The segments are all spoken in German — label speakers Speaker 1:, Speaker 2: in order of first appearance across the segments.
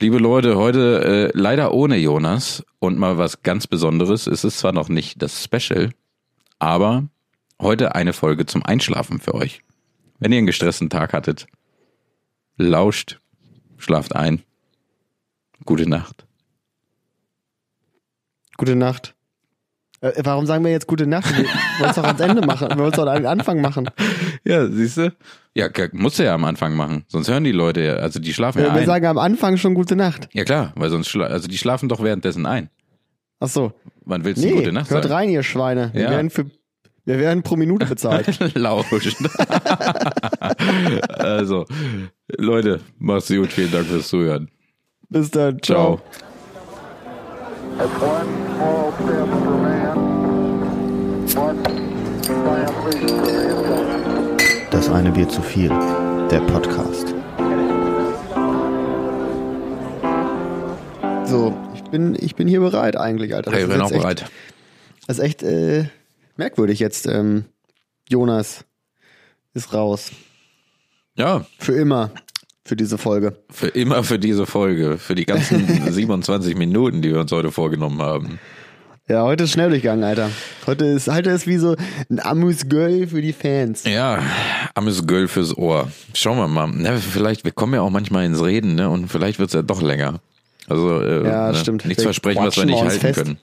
Speaker 1: Liebe Leute, heute äh, leider ohne Jonas und mal was ganz Besonderes. Es ist zwar noch nicht das Special, aber heute eine Folge zum Einschlafen für euch. Wenn ihr einen gestressten Tag hattet, lauscht, schlaft ein. Gute Nacht.
Speaker 2: Gute Nacht. Äh, warum sagen wir jetzt gute Nacht? Wir wollen es doch ans Ende machen. Wir wollen es doch am Anfang machen.
Speaker 1: Ja, siehst du? Ja, k- musst du ja am Anfang machen. Sonst hören die Leute ja, also die schlafen
Speaker 2: Wir,
Speaker 1: ja
Speaker 2: wir
Speaker 1: ein.
Speaker 2: sagen am Anfang schon gute Nacht.
Speaker 1: ja klar, weil sonst schla also die schlafen doch währenddessen ein.
Speaker 2: Ach so.
Speaker 1: Wann willst du
Speaker 2: Nee,
Speaker 1: gute Nacht
Speaker 2: hört
Speaker 1: sagen?
Speaker 2: rein, ihr Schweine. Wir,
Speaker 1: Ja.
Speaker 2: werden für, wir werden pro Minute bezahlt.
Speaker 1: Lauscht. also, Leute, macht's gut. Vielen Dank fürs Zuhören.
Speaker 2: Bis dann.
Speaker 1: Ciao.
Speaker 2: Ciao.
Speaker 3: That's one small step for man, one giant leap for mankind.
Speaker 4: Das eine wird zu viel. Der Podcast.
Speaker 2: So, ich bin, ich bin hier bereit eigentlich, Alter.
Speaker 1: Hey,
Speaker 2: ist
Speaker 1: wir sind auch
Speaker 2: jetzt echt-
Speaker 1: bereit.
Speaker 2: Das ist echt äh, merkwürdig jetzt. Ähm, Jonas ist raus.
Speaker 1: Ja,
Speaker 2: Für immer. Für diese Folge.
Speaker 1: für immer für diese Folge, für die ganzen 27 Minuten, die wir uns heute vorgenommen haben.
Speaker 2: Ja, heute ist schnell durchgegangen, Alter. Heute ist, heute ist wie so ein Amuse-Gueule für die Fans.
Speaker 1: Ja, armes Göll fürs Ohr. Schauen wir mal. Ne, vielleicht, wir kommen ja auch manchmal ins Reden, ne? Und vielleicht wird's ja doch länger. Also äh,
Speaker 2: Ja,
Speaker 1: ne,
Speaker 2: stimmt.
Speaker 1: nichts
Speaker 2: Wir
Speaker 1: versprechen, was wir
Speaker 2: quatschen
Speaker 1: nicht
Speaker 2: mal uns
Speaker 1: halten
Speaker 2: fest.
Speaker 1: können.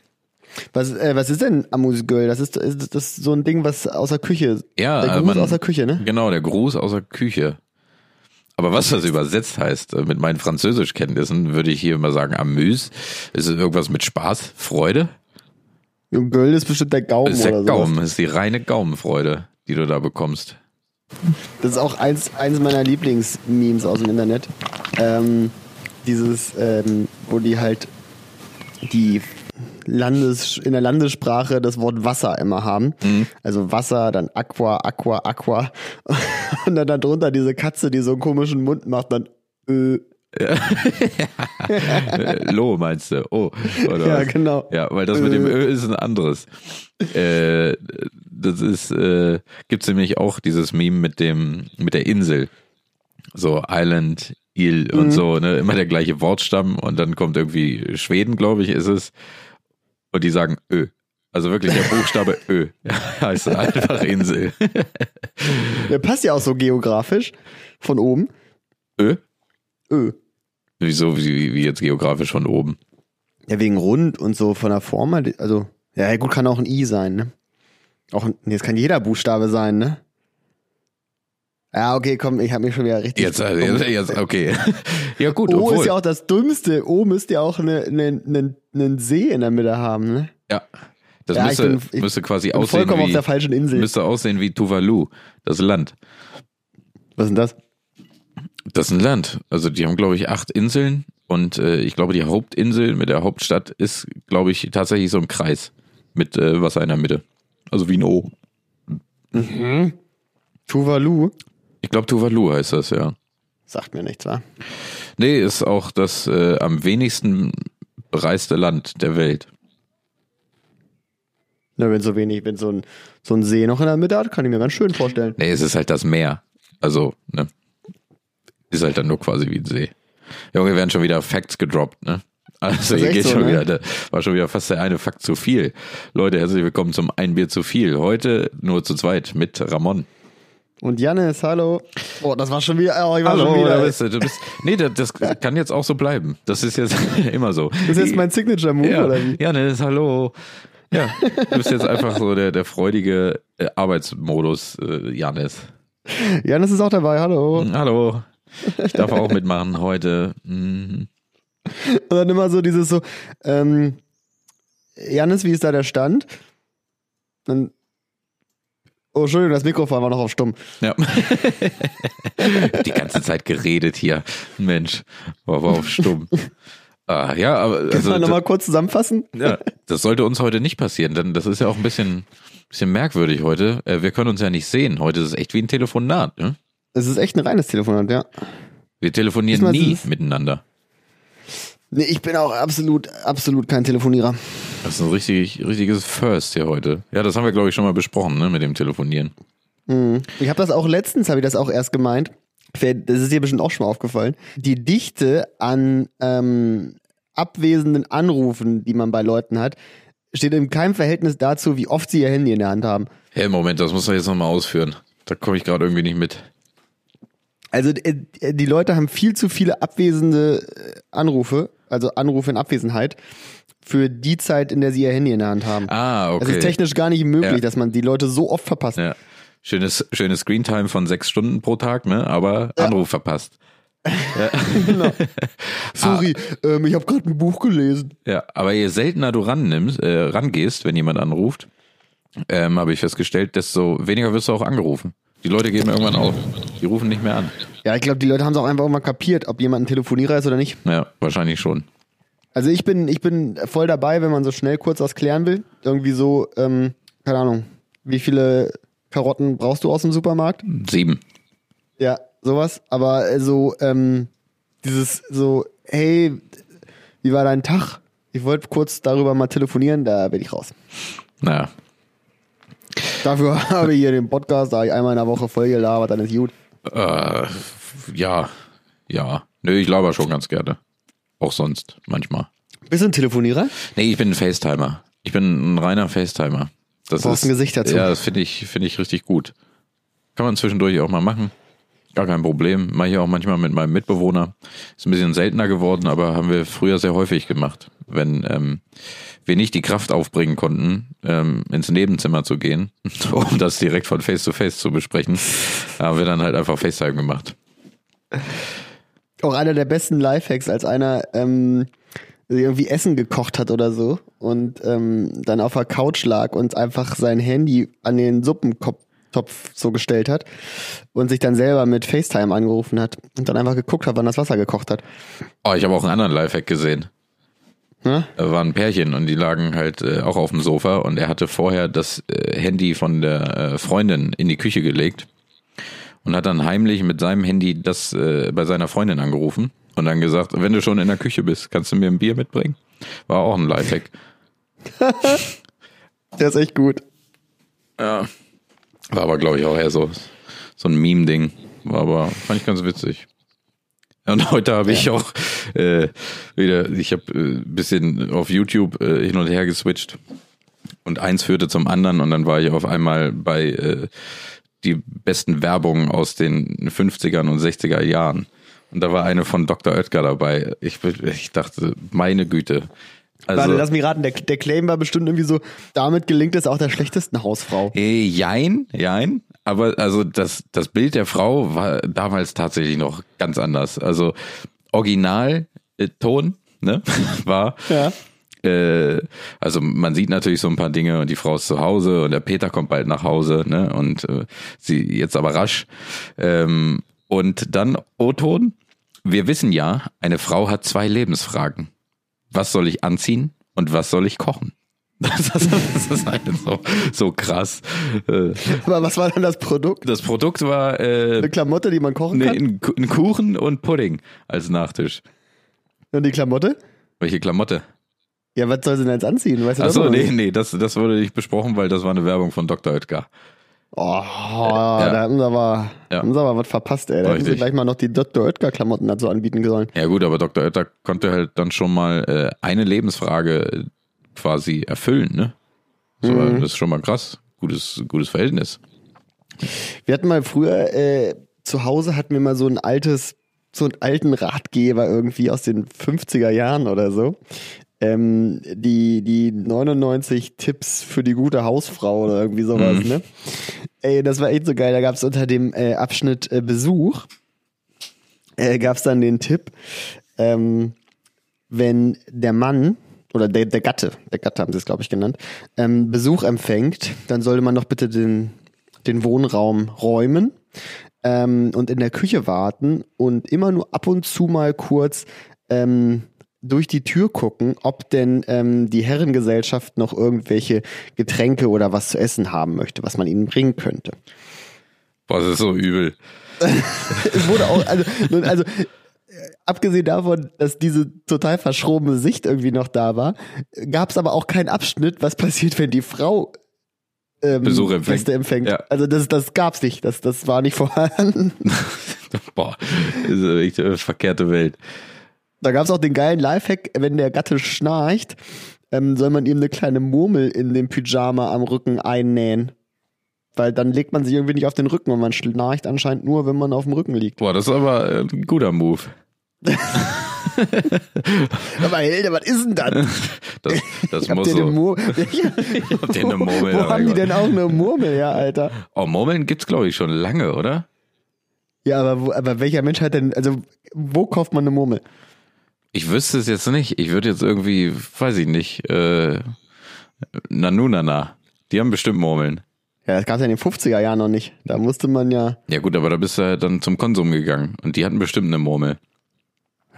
Speaker 2: Was, äh, was ist denn Amuse-Gueule? Das ist, ist das so ein Ding, was aus der Küche.
Speaker 1: Ja,
Speaker 2: der
Speaker 1: äh,
Speaker 2: Gruß
Speaker 1: man-
Speaker 2: aus der Küche, ne?
Speaker 1: Genau, der Gruß aus der Küche. Aber was das übersetzt heißt, äh, mit meinen Französischkenntnissen würde ich hier immer sagen, Amüs. Ist es irgendwas mit Spaß, Freude?
Speaker 2: Und Gueule ist bestimmt der Gaumen
Speaker 1: ist
Speaker 2: Oh, oder
Speaker 1: der
Speaker 2: so.
Speaker 1: Gaumen, ist die reine Gaumenfreude, die du da bekommst.
Speaker 2: Das ist auch eins, eins meiner Lieblingsmemes aus dem Internet. Ähm, dieses, ähm, wo die halt die Landes, in der Landessprache das Wort Wasser immer haben. Also Wasser, dann Aqua, Aqua, Aqua. Und dann darunter diese Katze, die so einen komischen Mund macht, dann äh,
Speaker 1: Äh, Lo meinst du? Oh, oder
Speaker 2: Ja,
Speaker 1: was?
Speaker 2: genau.
Speaker 1: Ja, weil das mit dem
Speaker 2: Äh.
Speaker 1: Ö ist ein anderes. Äh, das ist, äh, gibt's nämlich auch dieses Meme mit dem, mit der Insel. So Island, Il
Speaker 2: Mhm.
Speaker 1: und so, ne? Immer der gleiche Wortstamm und dann kommt irgendwie Schweden, glaube ich, ist es. Und die sagen Ö. Also wirklich der Buchstabe Ö. heißt einfach Insel.
Speaker 2: der passt ja auch so geografisch von oben.
Speaker 1: Ö?
Speaker 2: Ö.
Speaker 1: Wieso, wie, wie jetzt geografisch von oben?
Speaker 2: Ja, wegen rund und so von der Form. halt, Also, ja, gut, kann auch ein I sein, ne? Auch, ein- nee, es kann jeder Buchstabe sein, ne? Ja, okay, komm, ich habe mich schon wieder richtig.
Speaker 1: Jetzt, also, jetzt, jetzt okay. Ja, gut,
Speaker 2: O
Speaker 1: obwohl.
Speaker 2: ist ja auch das Dümmste. O müsste ja auch einen ne, ne, ne See in der Mitte haben, ne?
Speaker 1: Ja. Das
Speaker 2: Ja, ich
Speaker 1: müsste,
Speaker 2: bin- ich
Speaker 1: müsste quasi
Speaker 2: Bin
Speaker 1: aussehen
Speaker 2: vollkommen auf
Speaker 1: wie,
Speaker 2: der falschen Insel.
Speaker 1: müsste aussehen wie Tuvalu, das Land.
Speaker 2: Was ist denn das?
Speaker 1: Das ist ein Land. Also die haben, glaube ich, acht Inseln und äh, ich glaube, die Hauptinsel mit der Hauptstadt ist, glaube ich, tatsächlich so ein Kreis mit äh, Wasser in der Mitte. Also wie ein O.
Speaker 2: Tuvalu?
Speaker 1: Ich glaube, Tuvalu heißt das, ja.
Speaker 2: Sagt mir nichts, wa?
Speaker 1: Nee, ist auch das äh, am wenigsten bereiste Land der Welt.
Speaker 2: Na, Ne, wenn so wenig, wenn so ein, so ein See noch in der Mitte hat, kann ich mir ganz schön vorstellen.
Speaker 1: Nee, es ist halt das Meer. Also, ne? Ist halt dann nur quasi wie ein See. Junge, werden schon wieder Facts gedroppt, ne? Also
Speaker 2: ist
Speaker 1: hier
Speaker 2: echt
Speaker 1: geht
Speaker 2: so,
Speaker 1: schon
Speaker 2: ne?
Speaker 1: wieder, da war schon wieder fast der eine Fakt zu viel. Leute, herzlich willkommen zum Ein Bier zu viel. Heute nur zu zweit mit Ramon.
Speaker 2: Und Janis, hallo. Oh, das war schon wieder. Oh, ich war
Speaker 1: Hallo,
Speaker 2: schon wieder.
Speaker 1: da bist du. du bist, nee, das, das kann jetzt auch so bleiben. Das ist jetzt immer so.
Speaker 2: das ist jetzt mein Signature-Move,
Speaker 1: ja,
Speaker 2: oder wie?
Speaker 1: ja, ne, das hallo. Ja, du bist jetzt einfach so der, der freudige äh, Arbeitsmodus, äh, Janis.
Speaker 2: Janis ist auch dabei,
Speaker 1: Mhm.
Speaker 2: hallo.
Speaker 1: Hallo. Ich darf auch mitmachen heute. Mhm.
Speaker 2: Und dann immer so dieses so, ähm, Janis, wie ist da der Stand? Dann, oh, Entschuldigung, das Mikrofon war noch auf stumm.
Speaker 1: Ja. Die ganze Zeit geredet hier. Mensch, war aber auf stumm. Ah, ja, aber
Speaker 2: Kannst
Speaker 1: also,
Speaker 2: du
Speaker 1: das,
Speaker 2: nochmal kurz zusammenfassen?
Speaker 1: ja, das sollte uns heute nicht passieren, denn das ist ja auch ein bisschen, bisschen merkwürdig heute. Äh, Wir können uns ja nicht sehen. Heute ist es echt wie ein Telefonat. Ne?
Speaker 2: Es ist echt ein reines Telefonat, ja.
Speaker 1: Wir telefonieren
Speaker 2: Diesmal
Speaker 1: nie
Speaker 2: ist es-
Speaker 1: miteinander.
Speaker 2: Nee, ich bin auch absolut, absolut kein Telefonierer.
Speaker 1: Das ist ein richtig, richtiges First hier heute. Ja, das haben wir, glaube ich, schon mal besprochen, ne, mit dem Telefonieren.
Speaker 2: Ich habe das auch letztens, habe ich das auch erst gemeint. das ist dir bestimmt auch schon mal aufgefallen, die Dichte an ähm, abwesenden Anrufen, die man bei Leuten hat, steht in keinem Verhältnis dazu, wie oft sie ihr Handy in der Hand haben.
Speaker 1: Hey, Moment, das muss man jetzt nochmal ausführen. Da komme ich gerade irgendwie nicht mit.
Speaker 2: Also äh, die Leute haben viel zu viele abwesende äh, Anrufe, also Anrufe in Abwesenheit, für die Zeit, in der sie ihr Handy in der Hand haben.
Speaker 1: Ah, okay.
Speaker 2: Es ist technisch gar nicht möglich,
Speaker 1: Ja.
Speaker 2: dass man die Leute so oft verpasst.
Speaker 1: Ja. Schönes, schönes Screentime von sechs Stunden pro Tag, ne? Aber Anruf verpasst.
Speaker 2: Sorry,
Speaker 1: Ah.
Speaker 2: ähm, ich habe gerade ein Buch gelesen.
Speaker 1: Ja, aber je seltener du rannimmst, äh, rangehst, wenn jemand anruft, ähm, habe ich festgestellt, desto weniger wirst du auch angerufen. Die Leute geben irgendwann auf. Die rufen nicht mehr an.
Speaker 2: Ja, ich glaube, die Leute haben es auch einfach mal kapiert, ob jemand ein Telefonierer ist oder nicht.
Speaker 1: Ja, wahrscheinlich schon.
Speaker 2: Also ich bin, ich bin voll dabei, wenn man so schnell kurz was klären will. Irgendwie so, ähm, keine Ahnung, wie viele Karotten brauchst du aus dem Supermarkt?
Speaker 1: Sieben.
Speaker 2: Ja, sowas. Aber äh, so, ähm, dieses so, hey, wie war dein Tag? Ich wollte kurz darüber mal telefonieren, da bin ich raus.
Speaker 1: Naja.
Speaker 2: Dafür habe ich hier den Podcast, da habe ich einmal in der Woche voll gelabert, dann ist gut.
Speaker 1: Äh, ja. Ja. Nö, ich laber schon ganz gerne. Auch sonst, manchmal.
Speaker 2: Bist du ein Telefonierer?
Speaker 1: Nee, ich bin ein Facetimer. Ich bin ein reiner Facetimer. Das
Speaker 2: Brauchst
Speaker 1: ist,
Speaker 2: ein Gesicht dazu.
Speaker 1: Ja, das finde ich, finde ich richtig gut. Kann man zwischendurch auch mal machen. Gar kein Problem. Mache ich auch manchmal mit meinem Mitbewohner. Ist ein bisschen seltener geworden, aber haben wir früher sehr häufig gemacht. Wenn ähm, wir nicht die Kraft aufbringen konnten, ähm, ins Nebenzimmer zu gehen, um das direkt von Face to Face zu besprechen, haben wir dann halt einfach FaceTime gemacht.
Speaker 2: auch einer der besten Lifehacks, als einer ähm, irgendwie Essen gekocht hat oder so und ähm, dann auf der Couch lag und einfach sein Handy an den Suppentopf Topf so gestellt hat und sich dann selber mit FaceTime angerufen hat und dann einfach geguckt hat, wann das Wasser gekocht hat.
Speaker 1: Oh, ich habe auch einen anderen Lifehack gesehen.
Speaker 2: Ne?
Speaker 1: Da waren Pärchen und die lagen halt äh, auch auf dem Sofa und er hatte vorher das äh, Handy von der äh, Freundin in die Küche gelegt und hat dann heimlich mit seinem Handy das äh, bei seiner Freundin angerufen und dann gesagt, wenn du schon in der Küche bist, kannst du mir ein Bier mitbringen? War auch ein Lifehack.
Speaker 2: Der ist echt gut.
Speaker 1: War aber glaube ich auch eher so so ein Meme Ding, war aber fand ich ganz witzig. Und heute habe ich auch äh, wieder, ich habe äh, ein bisschen auf YouTube äh, hin und her geswitcht. und eins führte zum anderen und dann war ich auf einmal bei äh, die besten Werbungen aus den 50ern und 60er Jahren. Und da war eine von Dr. Oetker dabei. Ich, ich dachte, meine Güte.
Speaker 2: Warte,
Speaker 1: Also,
Speaker 2: lass mich raten, der, der Claim war bestimmt irgendwie so, damit gelingt es auch der schlechtesten Hausfrau.
Speaker 1: eh, jein, jein. Aber also das, das Bild der Frau war damals tatsächlich noch ganz anders. Also Original äh, Ton, ne? War.
Speaker 2: Ja.
Speaker 1: äh, also man sieht natürlich so ein paar Dinge und die Frau ist zu Hause und der Peter kommt bald nach Hause, ne? Und äh, sie jetzt aber rasch. Ähm, und dann O-Ton. Wir wissen ja, eine Frau hat zwei Lebensfragen. Was soll ich anziehen und was soll ich kochen? Das ist, das ist halt so, so krass. Äh,
Speaker 2: Aber was war dann das Produkt?
Speaker 1: Das Produkt war äh,
Speaker 2: Eine Klamotte, die man kochen
Speaker 1: nee,
Speaker 2: kann?
Speaker 1: ein Ku- ein Kuchen und Pudding als Nachtisch.
Speaker 2: Und die Klamotte?
Speaker 1: Welche Klamotte?
Speaker 2: Ja, was soll sie denn jetzt anziehen? Weißt du das
Speaker 1: Achso,
Speaker 2: noch
Speaker 1: nee,
Speaker 2: nicht?
Speaker 1: nee, das, das wurde nicht besprochen, weil das war eine Werbung von Dr. Oetker.
Speaker 2: Oh, da haben sie aber,
Speaker 1: Ja.
Speaker 2: haben sie aber was verpasst, ey. Da hätten sie
Speaker 1: Richtig.
Speaker 2: gleich mal noch die Dr. Oetker-Klamotten dazu anbieten sollen.
Speaker 1: Ja gut, aber Dr. Oetker konnte halt dann schon mal äh, eine Lebensfrage äh, quasi erfüllen, ne? So,
Speaker 2: Mhm.
Speaker 1: Das ist schon mal krass. Gutes, gutes Verhältnis.
Speaker 2: Wir hatten mal früher, äh, zu Hause hatten wir mal so ein altes, so einen alten Ratgeber irgendwie aus den 50er Jahren oder so. Ähm, die, die 99 Tipps für die gute Hausfrau oder irgendwie sowas, ne? Ey, das war echt so geil. Da gab es unter dem äh, Abschnitt äh, Besuch, äh, gab es dann den Tipp, ähm, wenn der Mann oder der, der Gatte, der Gatte haben sie es, glaube ich, genannt, ähm, Besuch empfängt, dann sollte man doch bitte den, den Wohnraum räumen ähm, und in der Küche warten und immer nur ab und zu mal kurz ähm, durch die Tür gucken, ob denn ähm, die Herrengesellschaft noch irgendwelche Getränke oder was zu essen haben möchte, was man ihnen bringen könnte.
Speaker 1: Boah, das ist so übel.
Speaker 2: Es wurde auch, also, nun, also äh, abgesehen davon, dass diese total verschrobene Sicht irgendwie noch da war, gab es aber auch keinen Abschnitt, was passiert, wenn die Frau ähm,
Speaker 1: Besuch empfängt.
Speaker 2: Gäste empfängt.
Speaker 1: Ja.
Speaker 2: Also das, das gab's nicht, das, das war nicht vorhanden.
Speaker 1: Boah, ist echt eine verkehrte Welt.
Speaker 2: Da gab's auch den geilen Lifehack, wenn der Gatte schnarcht, ähm, soll man ihm eine kleine Murmel in den Pyjama am Rücken einnähen. Weil dann legt man sich irgendwie nicht auf den Rücken und man schnarcht anscheinend nur, wenn man auf dem Rücken liegt.
Speaker 1: Boah, das ist aber äh, ein guter Move.
Speaker 2: Aber Hilde, was ist denn das?
Speaker 1: Das, das
Speaker 2: Habt
Speaker 1: muss
Speaker 2: ihr eine
Speaker 1: so.
Speaker 2: Mur ja.
Speaker 1: Ich hab dir eine Murmel
Speaker 2: Wo haben die
Speaker 1: reingemacht.
Speaker 2: denn auch eine Murmel, ja, Alter?
Speaker 1: Oh, Murmeln gibt's glaube ich schon lange, oder?
Speaker 2: Ja, aber, wo, aber welcher Mensch hat denn, also wo kauft man eine Murmel?
Speaker 1: Ich wüsste es jetzt nicht. Ich würde jetzt irgendwie, weiß ich nicht, äh, Nanunana. Die haben bestimmt Murmeln.
Speaker 2: Ja, das gab's ja in den 50er Jahren noch nicht. Da musste man ja,
Speaker 1: Ja gut, aber da bist du halt dann zum Konsum gegangen und die hatten bestimmt eine Murmel.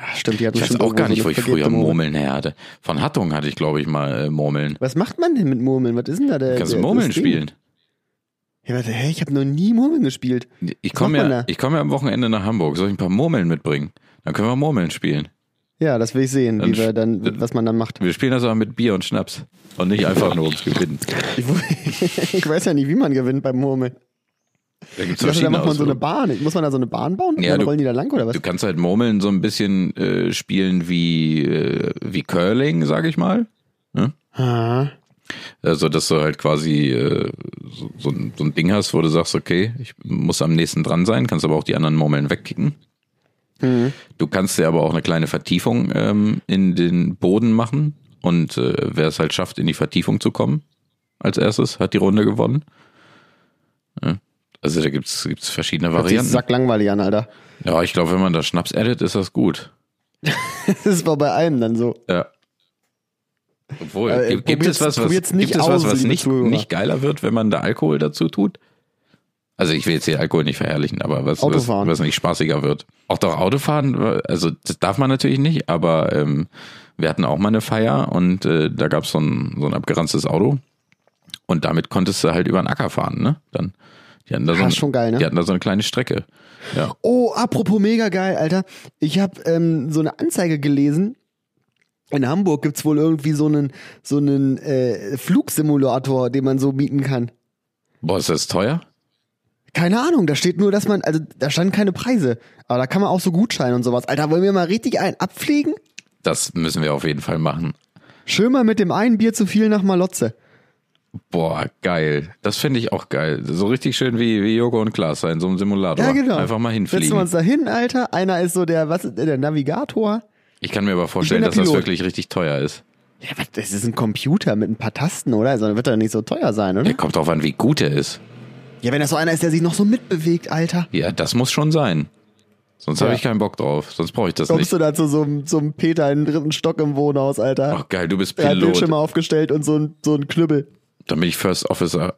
Speaker 2: Ach, stimmt, die hatten
Speaker 1: Ich weiß
Speaker 2: bestimmt
Speaker 1: auch gar
Speaker 2: irgendwo
Speaker 1: nicht,
Speaker 2: so
Speaker 1: wo
Speaker 2: eine
Speaker 1: ich früher
Speaker 2: vergilbte
Speaker 1: Murmeln her hatte. Von Hattung hatte ich, glaube ich, mal äh, Murmeln.
Speaker 2: Was macht man denn mit Murmeln? Was ist denn da der?
Speaker 1: Kannst du
Speaker 2: Äh, der,
Speaker 1: Murmeln
Speaker 2: das Ding?
Speaker 1: spielen?
Speaker 2: Ja, warte, hä, ich habe noch nie Murmeln gespielt.
Speaker 1: Ich
Speaker 2: Was
Speaker 1: komme
Speaker 2: macht man
Speaker 1: ja,
Speaker 2: da?
Speaker 1: ich komm ja am Wochenende nach Hamburg. Soll ich ein paar Murmeln mitbringen? Dann können wir Murmeln spielen.
Speaker 2: Ja, das will ich sehen,
Speaker 1: Dann
Speaker 2: wie wir dann, was man dann macht.
Speaker 1: Wir spielen das aber mit Bier und Schnaps. Und nicht einfach nur ums Gewinnen.
Speaker 2: Ich, ich weiß ja nicht, wie man gewinnt beim Murmeln.
Speaker 1: Da gibt's
Speaker 2: Ich dachte, da
Speaker 1: verschiedene
Speaker 2: macht man so eine
Speaker 1: Ausführungen.
Speaker 2: Bahn. Muss man da so eine Bahn bauen?
Speaker 1: Ja,
Speaker 2: Ja, dann
Speaker 1: du-
Speaker 2: rollen die da lang oder was?
Speaker 1: Du kannst halt Murmeln so ein bisschen äh, spielen wie, äh, wie Curling, sage ich mal.
Speaker 2: Ah,
Speaker 1: Also, dass du halt quasi äh, so, so, ein, so ein Ding hast, wo du sagst, okay, ich muss am nächsten dran sein, kannst aber auch die anderen Murmeln wegkicken.
Speaker 2: Mhm.
Speaker 1: Du kannst dir aber auch eine kleine Vertiefung ähm, in den Boden machen und äh, wer es halt schafft, in die Vertiefung zu kommen, als erstes, hat die Runde gewonnen. Ja. Also da gibt's gibt's verschiedene
Speaker 2: das ist
Speaker 1: Varianten.
Speaker 2: sack langweilig an, Alter.
Speaker 1: Ja, ich glaube, wenn man da Schnaps addet, ist das gut.
Speaker 2: Das war bei allem dann so.
Speaker 1: Ja. Obwohl,
Speaker 2: Aber, äh,
Speaker 1: gibt, gibt es
Speaker 2: probiert's-
Speaker 1: was, was,
Speaker 2: probiert's nicht
Speaker 1: gibt es was,
Speaker 2: aus,
Speaker 1: was
Speaker 2: liebe
Speaker 1: nicht,
Speaker 2: Zuhörer.
Speaker 1: nicht geiler wird, wenn man da Alkohol dazu tut? Also ich will jetzt hier Alkohol nicht verherrlichen, aber was, was,
Speaker 2: Autofahren.
Speaker 1: was nicht spaßiger wird. Auch doch Autofahren, also das darf man natürlich nicht, aber ähm, wir hatten auch mal eine Feier und äh, da gab so es ein, so ein abgeranztes Auto und damit konntest du halt über den Acker fahren, ne? Dann, die hatten da, so,
Speaker 2: Ah,
Speaker 1: ein,
Speaker 2: ist schon geil, ne?
Speaker 1: die hatten da so eine kleine Strecke. Ja.
Speaker 2: Oh, apropos mega geil, Alter. Ich habe ähm, so eine Anzeige gelesen. In Hamburg gibt's wohl irgendwie so einen, so einen äh, Flugsimulator, den man so mieten kann.
Speaker 1: Boah, ist das teuer?
Speaker 2: Keine Ahnung, da steht nur, dass man, also da standen keine Preise. Aber da kann man auch so Gutscheine und sowas. Alter, wollen wir mal richtig einen abfliegen?
Speaker 1: Das müssen wir auf jeden Fall machen.
Speaker 2: Schön mal mit dem einen Bier zu viel nach Malotze.
Speaker 1: Boah, geil. Das finde ich auch geil. So richtig schön wie, wie Joko und Klaas in so einem Simulator.
Speaker 2: Ja, genau.
Speaker 1: Einfach mal
Speaker 2: Setzen wir
Speaker 1: hinfliegen.
Speaker 2: uns da hin, Alter. Einer ist so der, was ist der, der Navigator?
Speaker 1: Ich kann mir aber vorstellen,
Speaker 2: Ich bin
Speaker 1: dass
Speaker 2: der
Speaker 1: das
Speaker 2: Pilot.
Speaker 1: wirklich richtig teuer ist.
Speaker 2: Ja, was, das ist ein Computer mit ein paar Tasten, oder? Also dann wird er nicht so teuer sein, oder?
Speaker 1: Der kommt drauf an, wie gut er ist.
Speaker 2: Ja, wenn das so einer ist, der sich noch so mitbewegt, Alter.
Speaker 1: Ja, das muss schon sein. Sonst habe
Speaker 2: Ja.
Speaker 1: ich keinen Bock drauf. Sonst brauche ich das
Speaker 2: Kommst
Speaker 1: nicht.
Speaker 2: du da zu so einem, so einem Peter in den dritten Stock im Wohnhaus, Alter?
Speaker 1: Ach geil, du bist
Speaker 2: er hat Bildschirme
Speaker 1: Pilot.
Speaker 2: aufgestellt und so ein, so ein Knüppel.
Speaker 1: Dann bin ich First Officer.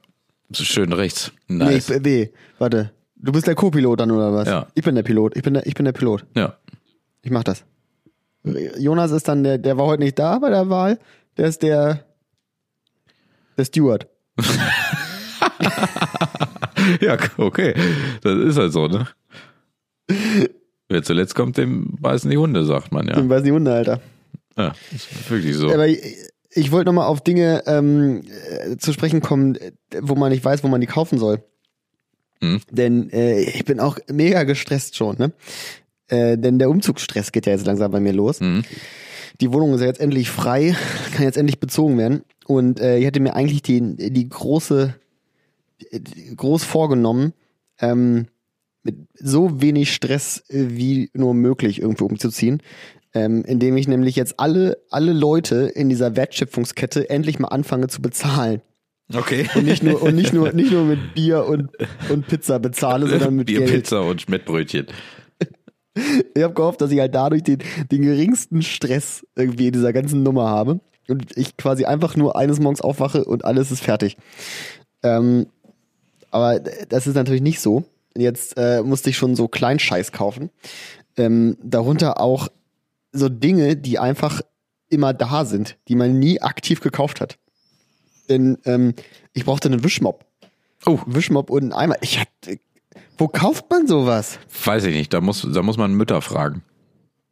Speaker 1: So Schön rechts.
Speaker 2: Nee,
Speaker 1: Nice.
Speaker 2: ich, nee, warte. Du bist der Co-Pilot dann oder was?
Speaker 1: Ja.
Speaker 2: Ich bin der Pilot. Ich bin der, ich bin der Pilot.
Speaker 1: ja.
Speaker 2: Ich mach das. Jonas ist dann der, der war heute nicht da bei der Wahl. Der ist der, der Steward.
Speaker 1: ja, okay. Das ist halt so, ne? Wer zuletzt kommt, dem beißen die Hunde, sagt man ja.
Speaker 2: Ich weiß nicht, Hunde, Alter.
Speaker 1: ja ist wirklich so.
Speaker 2: Aber ich, ich wollte nochmal auf Dinge ähm, äh, zu sprechen kommen, äh, wo man nicht weiß, wo man die kaufen soll.
Speaker 1: Hm.
Speaker 2: Denn äh, ich bin auch mega gestresst schon, ne? Äh, denn der Umzugsstress geht ja jetzt langsam bei mir los.
Speaker 1: Mhm.
Speaker 2: Die Wohnung ist ja jetzt endlich frei, kann jetzt endlich bezogen werden. Und äh, ich hatte mir eigentlich die, die große, die, groß vorgenommen, ähm, mit so wenig Stress äh, wie nur möglich irgendwo umzuziehen. Ähm, indem ich nämlich jetzt alle, alle Leute in dieser Wertschöpfungskette endlich mal anfange zu bezahlen.
Speaker 1: Okay.
Speaker 2: Und nicht nur, und nicht nur, nicht nur mit Bier und, und Pizza bezahle, sondern mit
Speaker 1: Bier,
Speaker 2: Geld.
Speaker 1: Pizza und Schmettbrötchen.
Speaker 2: Ich habe gehofft, dass ich halt dadurch den, den geringsten Stress irgendwie in dieser ganzen Nummer habe. Und ich quasi einfach nur eines Morgens aufwache und alles ist fertig. Ähm, aber d- das ist natürlich nicht so. Jetzt äh, musste ich schon so Kleinscheiß kaufen. Ähm, darunter auch so Dinge, die einfach immer da sind, die man nie aktiv gekauft hat. Denn ähm, ich brauchte einen Wischmopp.
Speaker 1: Oh.
Speaker 2: Wischmopp und einen Eimer. Ich hab, wo kauft man sowas?
Speaker 1: Weiß ich nicht, da muss, da muss man Mütter fragen.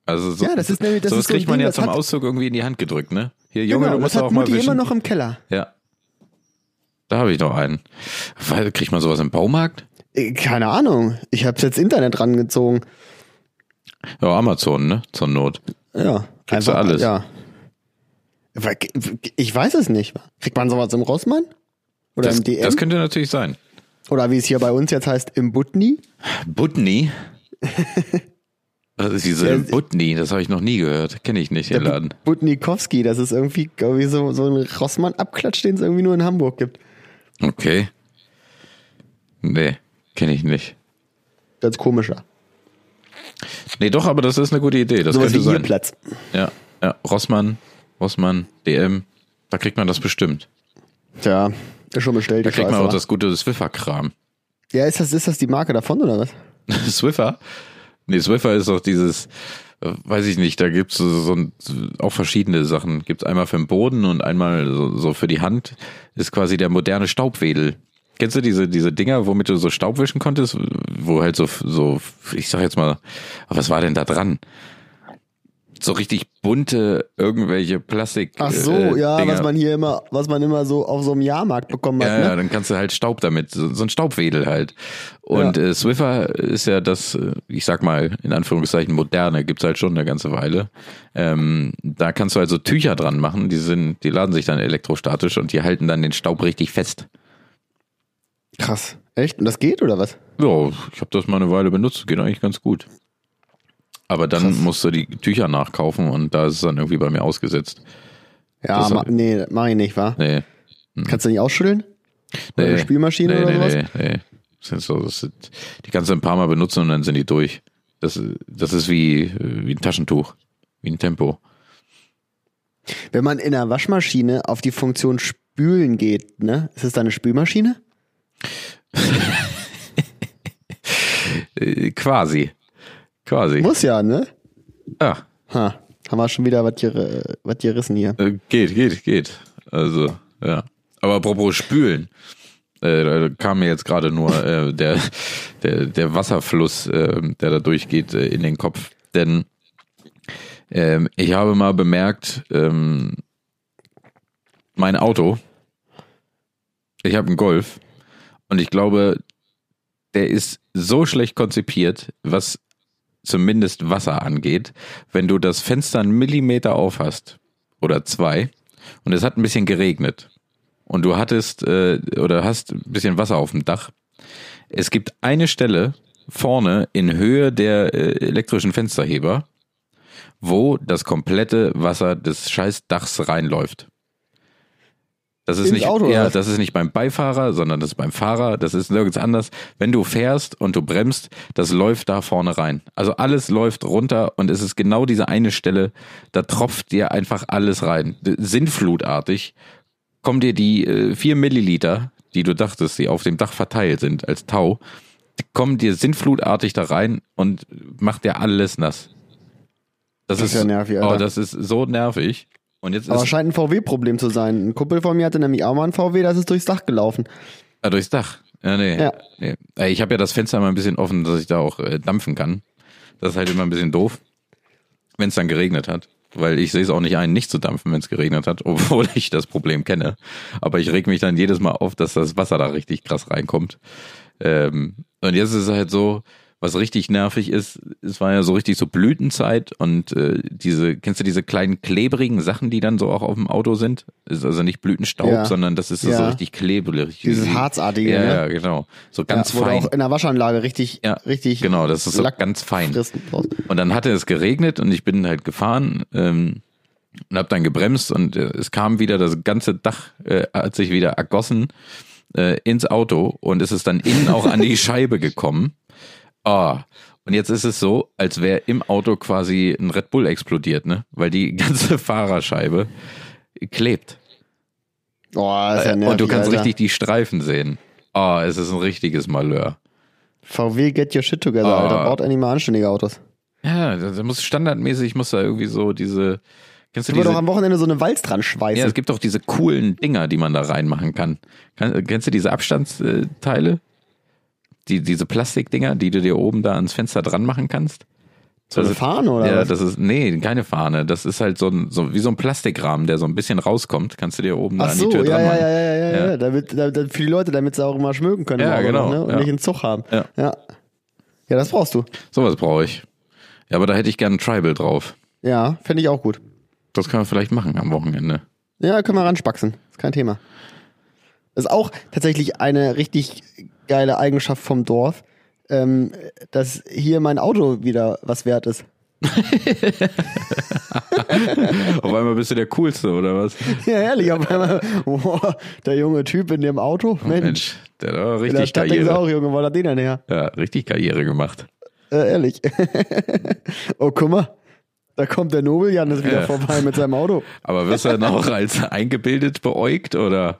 Speaker 1: Also so,
Speaker 2: Ja, das ist nämlich- das
Speaker 1: sowas
Speaker 2: ist so ein
Speaker 1: kriegt man
Speaker 2: Ding,
Speaker 1: ja
Speaker 2: das
Speaker 1: zum
Speaker 2: hat-
Speaker 1: Auszug irgendwie in die Hand gedrückt, ne? Hier, Junge,
Speaker 2: genau,
Speaker 1: du musst
Speaker 2: das hat
Speaker 1: auch mal
Speaker 2: Mutti
Speaker 1: wischen.
Speaker 2: immer noch im Keller.
Speaker 1: ja. Da habe ich noch einen. Weil, Kriegt man sowas im Baumarkt?
Speaker 2: Äh, Keine Ahnung. Ich hab's jetzt Internet rangezogen.
Speaker 1: Ja, Amazon, ne? Zur Not.
Speaker 2: Ja.
Speaker 1: Kriegst du alles?
Speaker 2: Ja. Weil- Ich weiß es nicht. Kriegt man sowas im Rossmann? Oder
Speaker 1: Das,
Speaker 2: im DM?
Speaker 1: das könnte natürlich sein.
Speaker 2: Oder wie es hier bei uns jetzt heißt, im Butni?
Speaker 1: Butni? Was ist diese
Speaker 2: Ja,
Speaker 1: Butni? Das habe ich noch nie gehört. Kenne ich nicht, den Laden.
Speaker 2: Butnikowski, das ist irgendwie, irgendwie so, so ein Rossmann-Abklatsch, den es irgendwie nur in Hamburg gibt.
Speaker 1: Okay. Nee, kenne ich nicht.
Speaker 2: Ganz komischer.
Speaker 1: Nee, doch, aber das ist eine gute Idee. Das
Speaker 2: Sowas wie
Speaker 1: könnte sein.
Speaker 2: Hierplatz.
Speaker 1: Ja, ja. Rossmann, Rossmann, DM. Da kriegt man das bestimmt.
Speaker 2: Tja, ist schon bestellt.
Speaker 1: Da
Speaker 2: die
Speaker 1: kriegt man
Speaker 2: Scheiße,
Speaker 1: auch
Speaker 2: wa?
Speaker 1: das gute Swiffer-Kram.
Speaker 2: ja, ist das, ist das die Marke davon oder was?
Speaker 1: Swiffer? Nee, Swiffer ist doch dieses, äh, weiß ich nicht, da gibt's so, so ein, auch verschiedene Sachen. Gibt's einmal für den Boden und einmal so, so für die Hand. Ist quasi der moderne Staubwedel. Kennst du diese, diese Dinger, womit du so Staub wischen konntest? Wo halt so, so, ich sag jetzt mal, was war denn da dran? So richtig bunte irgendwelche Plastik.
Speaker 2: Ach so,
Speaker 1: äh,
Speaker 2: ja,
Speaker 1: Dinger.
Speaker 2: was man hier immer, was man immer so auf so einem Jahrmarkt bekommen hat.
Speaker 1: Ja, ja,
Speaker 2: ne?
Speaker 1: dann kannst du halt Staub damit, so, so ein Staubwedel halt. Und
Speaker 2: Ja.
Speaker 1: äh, Swiffer ist ja das, äh, ich sag mal, in Anführungszeichen moderne, gibt's halt schon eine ganze Weile. Ähm, da kannst du halt so Tücher dran machen, die sind, die laden sich dann elektrostatisch und die halten dann den Staub richtig fest.
Speaker 2: Krass. Echt? Und das geht oder was?
Speaker 1: Ja, ich habe das mal eine Weile benutzt, geht eigentlich ganz gut. Aber dann musst du die Tücher nachkaufen und da ist es dann irgendwie bei mir ausgesetzt.
Speaker 2: Ja,
Speaker 1: Das-
Speaker 2: ma nee, mach ich nicht, wa?
Speaker 1: Nee.
Speaker 2: Kannst du nicht ausschütteln? Oder eine Spülmaschine
Speaker 1: nee,
Speaker 2: oder
Speaker 1: nee,
Speaker 2: sowas?
Speaker 1: Nee, nee. Das sind so, das sind, die kannst du ein paar Mal benutzen und dann sind die durch. Das, das ist wie, äh, wie ein Taschentuch, wie ein Tempo.
Speaker 2: Wenn man in der Waschmaschine auf die Funktion spülen geht, ne? Ist es da eine Spülmaschine?
Speaker 1: Äh, quasi. Quasi. Ah.
Speaker 2: Muss ja, ne?
Speaker 1: Ja,
Speaker 2: Ha. Haben wir schon wieder was hier, äh, was hier rissen hier.
Speaker 1: äh, geht, geht, geht. Also, ja. Aber apropos Spülen. Äh, da kam mir jetzt gerade nur äh, der, der, der Wasserfluss, äh, der da durchgeht, äh, in den Kopf. Denn ähm, ich habe mal bemerkt, ähm, mein Auto, ich habe einen Golf und ich glaube, der ist so schlecht konzipiert, was zumindest Wasser angeht, wenn du das Fenster einen Millimeter auf hast oder zwei und es hat ein bisschen geregnet und du hattest äh, oder hast ein bisschen Wasser auf dem Dach. Es gibt eine Stelle vorne in Höhe der äh, elektrischen Fensterheber, wo das komplette Wasser des Scheißdachs reinläuft. Das ist
Speaker 2: Ins
Speaker 1: nicht,
Speaker 2: Auto, oder
Speaker 1: ja,
Speaker 2: was?
Speaker 1: das ist nicht beim Beifahrer, sondern das ist beim Fahrer. Das ist nirgends anders. Wenn du fährst und du bremst, das läuft da vorne rein. Also alles läuft runter und es ist genau diese eine Stelle, da tropft dir einfach alles rein. D- Sinnflutartig kommen dir die äh, vier Milliliter, die du dachtest, die auf dem Dach verteilt sind als Tau, kommen dir sinnflutartig da rein und macht dir alles nass. Das,
Speaker 2: Das ist ja nervig, Alter.
Speaker 1: Oh, das ist so nervig. Und jetzt
Speaker 2: Aber
Speaker 1: ist
Speaker 2: scheint ein VW-Problem zu sein. Ein Kumpel von mir hatte nämlich auch mal ein VW, das ist durchs Dach gelaufen.
Speaker 1: Ah, durchs Dach. Ja, nee.
Speaker 2: Ja.
Speaker 1: nee. Äh, Ich habe ja das Fenster immer ein bisschen offen, dass ich da auch äh, dampfen kann. Das ist halt immer ein bisschen doof, wenn es dann geregnet hat. Weil ich sehe es auch nicht ein, nicht zu dampfen, wenn es geregnet hat, obwohl ich das Problem kenne. Aber ich reg mich dann jedes Mal auf, dass das Wasser da richtig krass reinkommt. Ähm, und jetzt ist es halt so, was richtig nervig ist, es war ja so richtig so Blütenzeit und äh, diese, kennst du diese kleinen klebrigen Sachen, die dann so auch auf dem Auto sind? Ist also nicht Blütenstaub,
Speaker 2: Ja.
Speaker 1: sondern das ist so
Speaker 2: Ja.
Speaker 1: richtig klebrig.
Speaker 2: Dieses
Speaker 1: Easy.
Speaker 2: Harzartige,
Speaker 1: ja,
Speaker 2: ne?
Speaker 1: ja, genau. So ganz
Speaker 2: ja, wo du
Speaker 1: fein.
Speaker 2: auch in der Waschanlage richtig,
Speaker 1: Ja,
Speaker 2: richtig.
Speaker 1: genau, das ist so
Speaker 2: Lack
Speaker 1: ganz fein.
Speaker 2: Fristen draus.
Speaker 1: Und dann hatte es geregnet und ich bin halt gefahren ähm, und habe dann gebremst und äh, es kam wieder das ganze Dach, äh, hat sich wieder ergossen äh, ins Auto und es ist dann innen auch an die Scheibe gekommen. Ah. Und jetzt ist es so, als wäre im Auto quasi ein Red Bull explodiert, ne? Weil die ganze Fahrerscheibe klebt.
Speaker 2: Oh, ist ja
Speaker 1: Äh,
Speaker 2: nervig,
Speaker 1: und du kannst
Speaker 2: Alter.
Speaker 1: richtig die Streifen sehen. Ah, es ist ein richtiges Malheur.
Speaker 2: VW get your shit together,
Speaker 1: Ah.
Speaker 2: Alter. Baut endlich mal anständige Autos.
Speaker 1: Ja, da, da muss standardmäßig muss da irgendwie so diese. Kennst du
Speaker 2: Ich würde
Speaker 1: diese?
Speaker 2: doch am Wochenende so eine Walz dran
Speaker 1: Ja,
Speaker 2: schweißen.
Speaker 1: es gibt auch diese coolen Dinger, die man da reinmachen kann. Kann- Kennst du diese Abstandsteile? Die, diese Plastikdinger, die du dir oben da ans Fenster dran machen kannst?
Speaker 2: So eine Fahne oder
Speaker 1: ja,
Speaker 2: was?
Speaker 1: das ist, nee, keine Fahne. Das ist halt so, ein, so wie so ein Plastikrahmen, der so ein bisschen rauskommt. Kannst du dir oben da
Speaker 2: Ach
Speaker 1: an
Speaker 2: so,
Speaker 1: die Tür
Speaker 2: ja,
Speaker 1: dran
Speaker 2: ja,
Speaker 1: machen.
Speaker 2: ja, ja, ja, ja,
Speaker 1: Ja.
Speaker 2: Damit, damit, für die Leute, damit sie auch immer schmögen können.
Speaker 1: Ja,
Speaker 2: aber
Speaker 1: genau,
Speaker 2: Noch, ne? Und
Speaker 1: ja.
Speaker 2: nicht einen Zug haben.
Speaker 1: Ja.
Speaker 2: ja. Ja, das brauchst du.
Speaker 1: Sowas brauche ich. Ja, aber da hätte ich gerne ein Tribal drauf.
Speaker 2: Ja, fände ich auch gut.
Speaker 1: Das können wir vielleicht machen am Wochenende.
Speaker 2: Ja, können wir ranspaxen. Ist kein Thema. Ist auch tatsächlich eine richtig geile Eigenschaft vom Dorf, ähm, dass hier mein Auto wieder was wert ist.
Speaker 1: Auf einmal bist du der Coolste, oder was?
Speaker 2: Ja, ehrlich, auf einmal, boah, der junge Typ in dem Auto, Mensch.
Speaker 1: Mensch, der hat aber
Speaker 2: in der
Speaker 1: richtig
Speaker 2: Stadt denkst du
Speaker 1: Karriere.
Speaker 2: auch, Junge, wo hat er den denn her?
Speaker 1: Ja, richtig Karriere gemacht.
Speaker 2: Äh, ehrlich. oh, guck mal, da kommt der Nobeljan ist wieder
Speaker 1: Ja.
Speaker 2: vorbei mit seinem Auto.
Speaker 1: Aber wirst du dann auch als eingebildet beäugt oder?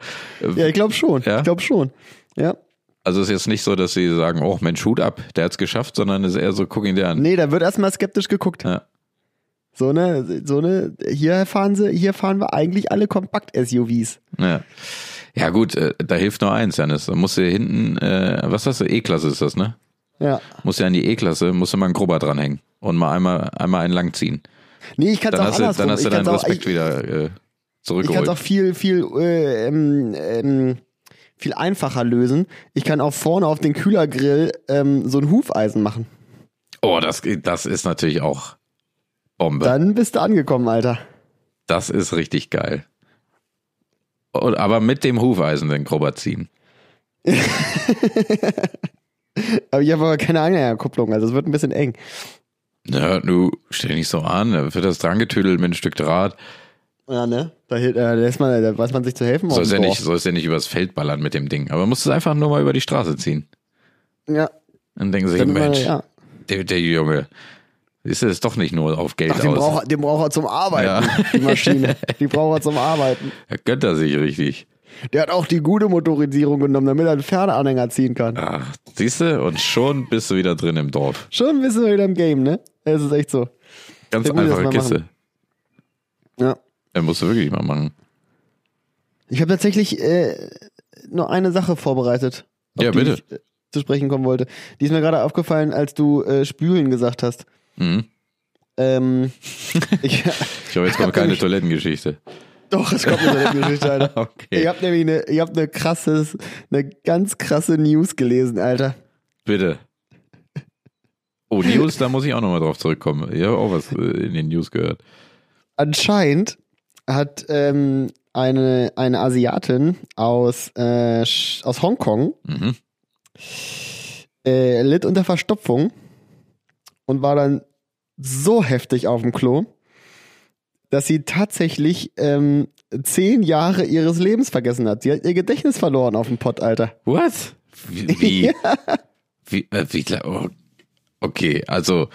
Speaker 2: Ja, ich glaube schon,
Speaker 1: Ja?
Speaker 2: ich glaube schon. Ja,
Speaker 1: Also es ist jetzt nicht so, dass sie sagen, oh Mensch, Hut ab, der hat's geschafft, sondern es ist eher so, guck ihn dir an.
Speaker 2: nee, da wird erstmal skeptisch geguckt.
Speaker 1: Ja.
Speaker 2: So ne, so ne, hier fahren sie, hier fahren wir eigentlich alle Kompakt-SUVs.
Speaker 1: Ja. ja gut, äh, da hilft nur eins, Janis. Da musst du hinten, äh, was hast du, E-Klasse ist das, ne?
Speaker 2: Ja.
Speaker 1: Musst du an die E-Klasse, musst du mal einen Grubber dranhängen und mal einmal, einmal einen langziehen.
Speaker 2: Nee, ich kann es
Speaker 1: Dann
Speaker 2: auch
Speaker 1: hast, du,
Speaker 2: andersrum.
Speaker 1: dann hast du
Speaker 2: ich kann's
Speaker 1: deinen
Speaker 2: auch,
Speaker 1: Respekt
Speaker 2: ich,
Speaker 1: wieder äh,
Speaker 2: ich kann
Speaker 1: zurückgeholt.
Speaker 2: es auch viel, viel, äh, ähm, ähm, viel einfacher lösen. Ich kann auch vorne auf den Kühlergrill ähm, so ein Hufeisen machen.
Speaker 1: oh, das, das ist natürlich auch Bombe.
Speaker 2: Dann bist du angekommen, Alter.
Speaker 1: Das ist richtig geil. Und, aber mit dem Hufeisen den Grubber ziehen.
Speaker 2: Aber ich habe aber keine Anhängerkupplung, also es wird ein bisschen eng.
Speaker 1: Na, nu, stell nicht so an, da wird das drangetüdelt mit ein Stück Draht.
Speaker 2: Ja, ne? Da, hil- äh, da, ist man, da weiß man sich zu helfen. auf
Speaker 1: Sollst ja
Speaker 2: dem
Speaker 1: nicht,
Speaker 2: Dorf.
Speaker 1: sollst ja nicht übers Feld ballern mit dem Ding. Aber musst es einfach nur mal über die Straße ziehen.
Speaker 2: Ja,
Speaker 1: Dann denken sie,
Speaker 2: dann
Speaker 1: Mensch,
Speaker 2: Mensch. Ja.
Speaker 1: der, der Junge, ist es doch nicht nur auf Geld
Speaker 2: Ach, den
Speaker 1: aus.
Speaker 2: braucht, er- den braucht er zum Arbeiten,
Speaker 1: Ja.
Speaker 2: die Maschine. Die braucht er zum Arbeiten.
Speaker 1: Da gönnt er sich richtig.
Speaker 2: Der hat auch die gute Motorisierung genommen, damit er einen Pferdeanhänger ziehen kann.
Speaker 1: Ach, Ah, siehst du, und schon bist du wieder drin im Dorf.
Speaker 2: Schon ein bisschen wieder im Game, ne? Es ist echt so.
Speaker 1: Ganz
Speaker 2: Wir müssen das
Speaker 1: einfache
Speaker 2: mal
Speaker 1: Kiste.
Speaker 2: machen. Ja.
Speaker 1: Er musst du wirklich mal machen.
Speaker 2: Ich habe tatsächlich äh, nur eine Sache vorbereitet. auf
Speaker 1: Ja,
Speaker 2: die
Speaker 1: bitte.
Speaker 2: Ich, äh, zu sprechen kommen wollte. Die ist mir gerade aufgefallen, als du äh, Spülen gesagt hast.
Speaker 1: Mhm.
Speaker 2: Ähm,
Speaker 1: Ich
Speaker 2: ich,
Speaker 1: habe jetzt kommt keine Toilettengeschichte.
Speaker 2: doch, es kommt mir so eine Geschichte, Alter.
Speaker 1: Okay.
Speaker 2: Ich habe nämlich eine, ich hab eine krasses, eine ganz krasse News gelesen, Alter.
Speaker 1: Bitte. Oh, News, da muss ich auch nochmal drauf zurückkommen. Ich habe auch was äh, in den News gehört.
Speaker 2: Anscheinend hat ähm, eine, eine Asiatin aus, äh, Sch- aus Hongkong
Speaker 1: Mhm.
Speaker 2: äh, litt unter Verstopfung und war dann so heftig auf dem Klo, dass sie tatsächlich ähm, zehn Jahre ihres Lebens vergessen hat. Sie hat ihr Gedächtnis verloren auf dem Pott, Alter.
Speaker 1: What? Wie? Wie? wie, äh, wie klar- oh. Okay, also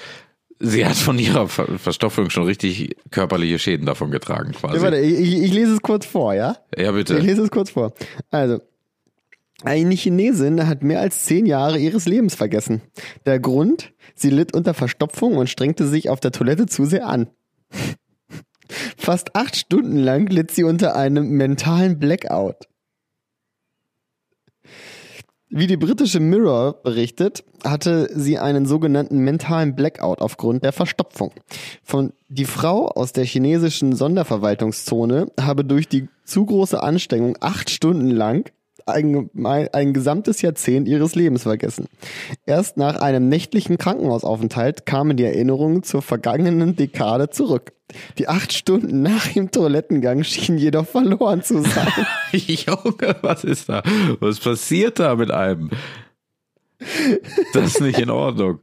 Speaker 1: sie hat von ihrer Ver Verstopfung schon richtig körperliche Schäden davon getragen,
Speaker 2: Ja, warte,
Speaker 1: quasi.
Speaker 2: ich, ich, ich lese es kurz vor, ja?
Speaker 1: Ja,
Speaker 2: Ich
Speaker 1: bitte.
Speaker 2: lese es kurz vor. Also, eine Chinesin hat mehr als zehn Jahre ihres Lebens vergessen. Der Grund, sie litt unter Verstopfung und strengte sich auf der Toilette zu sehr an. Fast acht Stunden lang litt sie unter einem mentalen Blackout. Wie die britische Mirror berichtet, hatte sie einen sogenannten mentalen Blackout aufgrund der Verstopfung. Von die Frau aus der chinesischen Sonderverwaltungszone habe durch die zu große Anstrengung acht Stunden lang ein, ein gesamtes Jahrzehnt ihres Lebens vergessen. Erst nach einem nächtlichen Krankenhausaufenthalt kamen die Erinnerungen zur vergangenen Dekade zurück. Die acht Stunden nach dem Toilettengang schienen jedoch verloren zu sein.
Speaker 1: Junge, was ist da? Was passiert da mit einem? Das ist nicht in Ordnung.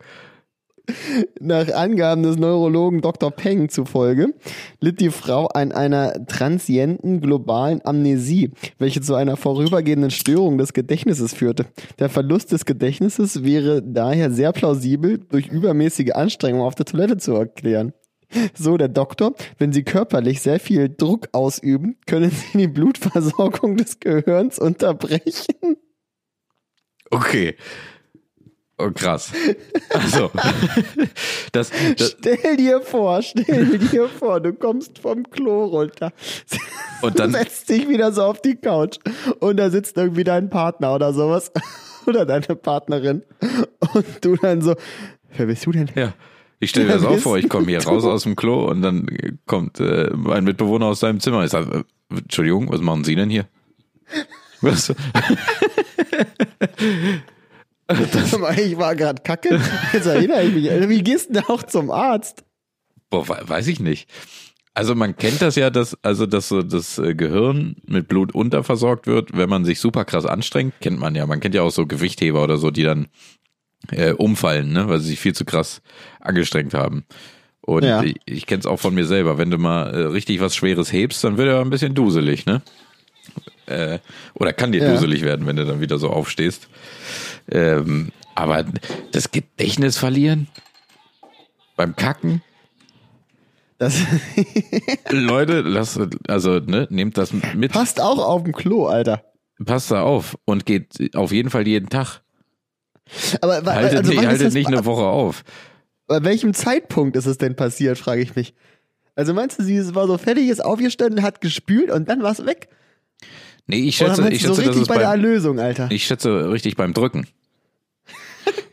Speaker 2: Nach Angaben des Neurologen Dr. Peng zufolge litt die Frau an einer transienten globalen Amnesie, welche zu einer vorübergehenden Störung des Gedächtnisses führte. Der Verlust des Gedächtnisses wäre daher sehr plausibel durch übermäßige Anstrengung auf der Toilette zu erklären. So der Doktor, wenn Sie körperlich sehr viel Druck ausüben, können Sie die Blutversorgung des Gehirns unterbrechen.
Speaker 1: Okay. Oh, krass. Also, das, das,
Speaker 2: Stell dir vor, stell dir vor, du kommst vom Klo runter.
Speaker 1: Und dann-
Speaker 2: Du setzt dich wieder so auf die Couch und da sitzt irgendwie dein Partner oder sowas oder deine Partnerin und du dann so, wer bist du denn?
Speaker 1: ja. Ich stelle mir das auch
Speaker 2: bist
Speaker 1: vor, ich komme hier raus aus dem Klo und dann kommt äh, mein Mitbewohner aus seinem Zimmer. Ich sage, äh, Entschuldigung, was machen Sie denn hier? Was?
Speaker 2: Ich war gerade kacke. Jetzt erinnere ich mich. Wie gehst du denn auch zum Arzt?
Speaker 1: Boah, we- weiß ich nicht. Also man kennt das ja, dass also dass so das äh, Gehirn mit Blut unterversorgt wird, wenn man sich super krass anstrengt, kennt man ja. Man kennt ja auch so Gewichtheber oder so, die dann äh, umfallen, ne, weil sie sich viel zu krass angestrengt haben. Und
Speaker 2: Ja.
Speaker 1: ich, ich kenne es auch von mir selber. Wenn du mal äh, richtig was Schweres hebst, dann wird er ein bisschen duselig, ne? Äh, oder kann dir
Speaker 2: Ja.
Speaker 1: duselig werden, wenn du dann wieder so aufstehst. Ähm, aber das Gedächtnis verlieren beim Kacken,
Speaker 2: Das
Speaker 1: Leute, lasst, also ne, nehmt das mit, passt.
Speaker 2: passt auch auf dem Klo, Alter.
Speaker 1: da auf und geht auf jeden Fall jeden Tag.
Speaker 2: Aber wa-
Speaker 1: Haltet,
Speaker 2: also,
Speaker 1: nicht,
Speaker 2: wann ist
Speaker 1: haltet
Speaker 2: das,
Speaker 1: nicht eine Woche auf.
Speaker 2: Bei welchem Zeitpunkt ist es denn passiert, frage ich mich. Also meinst du, sie war so fertig, ist aufgestanden, hat gespült und dann war es weg?
Speaker 1: Nee, ich
Speaker 2: Oder
Speaker 1: schätze,
Speaker 2: meinst
Speaker 1: ich
Speaker 2: du so
Speaker 1: schätze, das
Speaker 2: richtig
Speaker 1: ist
Speaker 2: bei der
Speaker 1: beim,
Speaker 2: Erlösung, Alter?
Speaker 1: ich schätze richtig beim Drücken.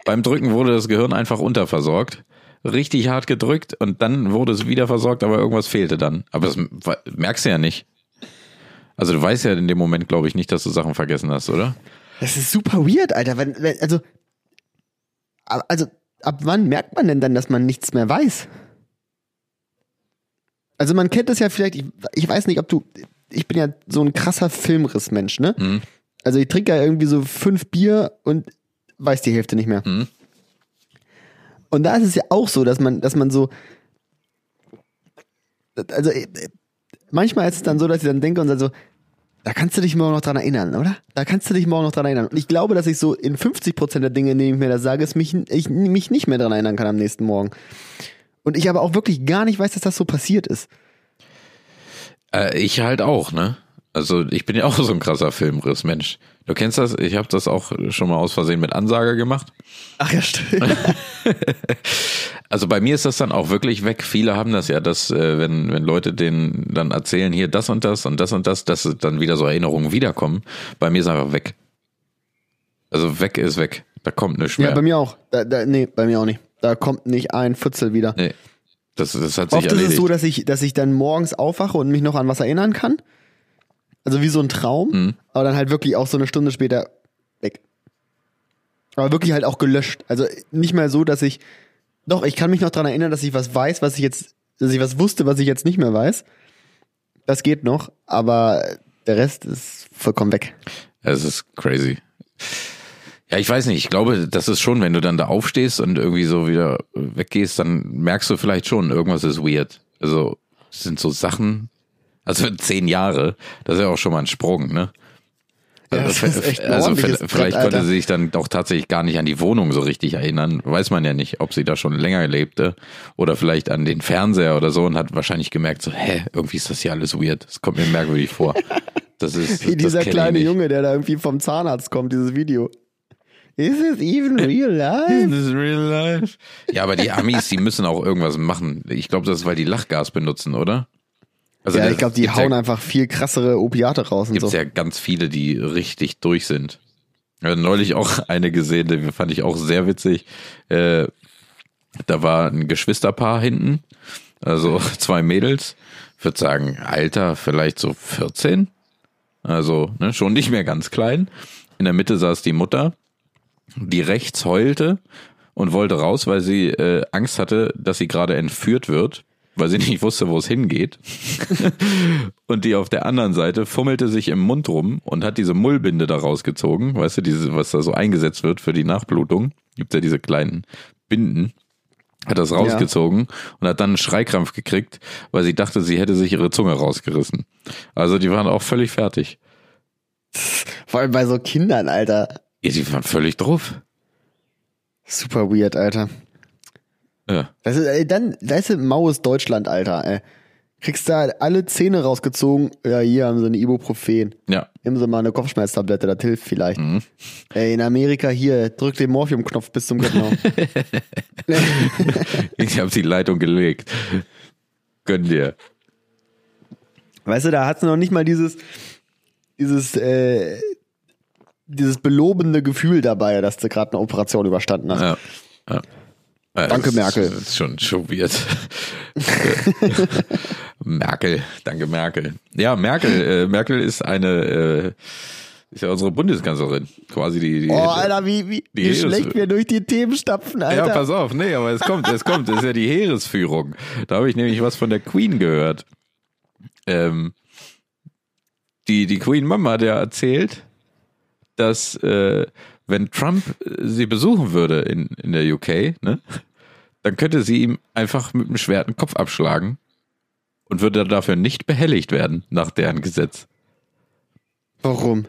Speaker 1: beim Drücken wurde das Gehirn einfach unterversorgt, richtig hart gedrückt und dann wurde es wieder versorgt, aber irgendwas fehlte dann. Aber das merkst du ja nicht. Also du weißt ja in dem Moment, glaube ich, nicht, dass du Sachen vergessen hast, oder?
Speaker 2: Das ist super weird, Alter. Wenn, wenn, also, ab- also, ab wann merkt man denn dann, dass man nichts mehr weiß? Also, man kennt das ja vielleicht, ich, ich weiß nicht, ob du, ich bin ja so ein krasser Filmrissmensch, ne?
Speaker 1: Mhm.
Speaker 2: Also, ich trinke ja irgendwie so fünf Bier und weiß die Hälfte nicht mehr.
Speaker 1: Mhm.
Speaker 2: Und da ist es ja auch so, dass man, dass man so, also, äh, manchmal ist es dann so, dass ich dann denke und dann so, da kannst du dich morgen noch dran erinnern, oder? Da kannst du dich morgen noch dran erinnern. Und ich glaube, dass ich so in 50% der Dinge, in denen ich mir das sage, es mich, ich mich nicht mehr dran erinnern kann am nächsten Morgen. Und ich aber auch wirklich gar nicht weiß, dass das so passiert ist.
Speaker 1: Äh, ich halt auch, ne? Also ich bin ja auch so ein krasser Filmriss, Mensch. Du kennst das, ich habe das auch schon mal aus Versehen mit Ansage gemacht.
Speaker 2: Ach ja, stimmt.
Speaker 1: Also bei mir ist das dann auch wirklich weg. Viele haben das ja, dass äh, wenn, wenn Leute denen dann erzählen, hier das und das und das und das, dass dann wieder so Erinnerungen wiederkommen. Bei mir ist einfach weg. Also weg ist weg. Da kommt nichts mehr.
Speaker 2: Ja, bei mir auch. Da, da, nee, bei mir auch nicht. Da kommt nicht ein Futzel wieder.
Speaker 1: nee. das, das hat sich
Speaker 2: Oft ist
Speaker 1: erledigt.
Speaker 2: es so, dass ich, dass ich dann morgens aufwache und mich noch an was erinnern kann. Also wie so ein Traum,
Speaker 1: Mhm.
Speaker 2: aber dann halt wirklich auch so eine Stunde später weg. Aber wirklich halt auch gelöscht. Also nicht mehr so, dass ich. Doch, ich kann mich noch dran erinnern, dass ich was weiß, was ich jetzt, dass ich was wusste, was ich jetzt nicht mehr weiß. Das geht noch, aber der Rest ist vollkommen weg.
Speaker 1: Es ist crazy. Ja, ich weiß nicht. Ich glaube, das ist schon, wenn du dann da aufstehst und irgendwie so wieder weggehst, dann merkst du vielleicht schon, irgendwas ist weird. Also, es sind so Sachen. Also zehn Jahre, das ist ja auch schon mal ein Sprung, ne?
Speaker 2: Ja,
Speaker 1: Also,
Speaker 2: das ist echt ein
Speaker 1: also
Speaker 2: ordentliches
Speaker 1: vielleicht, vielleicht
Speaker 2: Brett, Alter.
Speaker 1: konnte sie sich dann doch tatsächlich gar nicht an die Wohnung so richtig erinnern. Weiß man ja nicht, ob sie da schon länger lebte oder vielleicht an den Fernseher oder so und hat wahrscheinlich gemerkt, so, hä, irgendwie ist das hier alles weird. Das kommt mir merkwürdig vor. Das ist
Speaker 2: Wie
Speaker 1: das
Speaker 2: dieser
Speaker 1: kenn ich
Speaker 2: kleine
Speaker 1: nicht.
Speaker 2: Junge, der da irgendwie vom Zahnarzt kommt, dieses Video. Is it even real life?
Speaker 1: This is real life. Ja, aber die Amis, die müssen auch irgendwas machen. Ich glaube, das ist, weil die Lachgas benutzen, oder? Also
Speaker 2: Ja,
Speaker 1: das
Speaker 2: ich glaube, die
Speaker 1: gibt's
Speaker 2: hauen
Speaker 1: ja,
Speaker 2: einfach viel krassere Opiate raus und
Speaker 1: Gibt
Speaker 2: so.
Speaker 1: es ja ganz viele, die richtig durch sind. Ja, neulich auch eine gesehen, die fand ich auch sehr witzig. Äh, da war ein Geschwisterpaar hinten, also zwei Mädels. Ich würde sagen, Alter, vielleicht so 14. Also ne, schon nicht mehr ganz klein. In der Mitte saß die Mutter, die rechts heulte und wollte raus, weil sie äh, Angst hatte, dass sie gerade entführt wird, weil sie nicht wusste, wo es hingeht. und die auf der anderen Seite fummelte sich im Mund rum und hat diese Mullbinde da rausgezogen, weißt du, diese, was da so eingesetzt wird für die Nachblutung. Gibt ja diese kleinen Binden. Hat das rausgezogen und hat dann einen Schreikrampf gekriegt, weil sie dachte, sie hätte sich ihre Zunge rausgerissen. Also die waren auch völlig fertig.
Speaker 2: Vor allem bei so Kindern, Alter.
Speaker 1: Ja, die waren völlig drauf.
Speaker 2: Super weird, Alter.
Speaker 1: Ja.
Speaker 2: Das ist, ey, dann, weißt du, maues Deutschland, Alter, ey. Kriegst da alle Zähne rausgezogen. Ja, hier haben sie eine Ibuprofen.
Speaker 1: Ja.
Speaker 2: Nehmen sie mal eine Kopfschmerztablette, das hilft vielleicht.
Speaker 1: Mhm.
Speaker 2: Ey, in Amerika hier, drück den Morphiumknopf bis zum Genau.
Speaker 1: Ich habe die Leitung gelegt. Gönn dir.
Speaker 2: Weißt du, da hat's noch nicht mal dieses, dieses, äh, dieses belobende Gefühl dabei, dass du gerade eine Operation überstanden hast.
Speaker 1: Ja. Äh,
Speaker 2: Danke,
Speaker 1: das
Speaker 2: Merkel.
Speaker 1: Ist, das ist schon schoviert. Merkel, danke Merkel. Ja, Merkel, äh, Merkel ist eine, äh, ist ja unsere Bundeskanzlerin, quasi die. die
Speaker 2: Oh, Alter, wie, wie,
Speaker 1: Die
Speaker 2: wie
Speaker 1: Heeres-
Speaker 2: schlecht wir durch die Themen stapfen, Alter.
Speaker 1: Ja, pass auf, nee, aber es kommt, es kommt, das ist ja die Heeresführung. Da habe ich nämlich was von der Queen gehört. Ähm, die, die Queen Mama hat ja erzählt, dass äh, wenn Trump äh, sie besuchen würde in, in der UK, ne, dann könnte sie ihm einfach mit dem Schwert den Kopf abschlagen und würde dafür nicht behelligt werden, nach deren Gesetz. äh,
Speaker 2: Warum?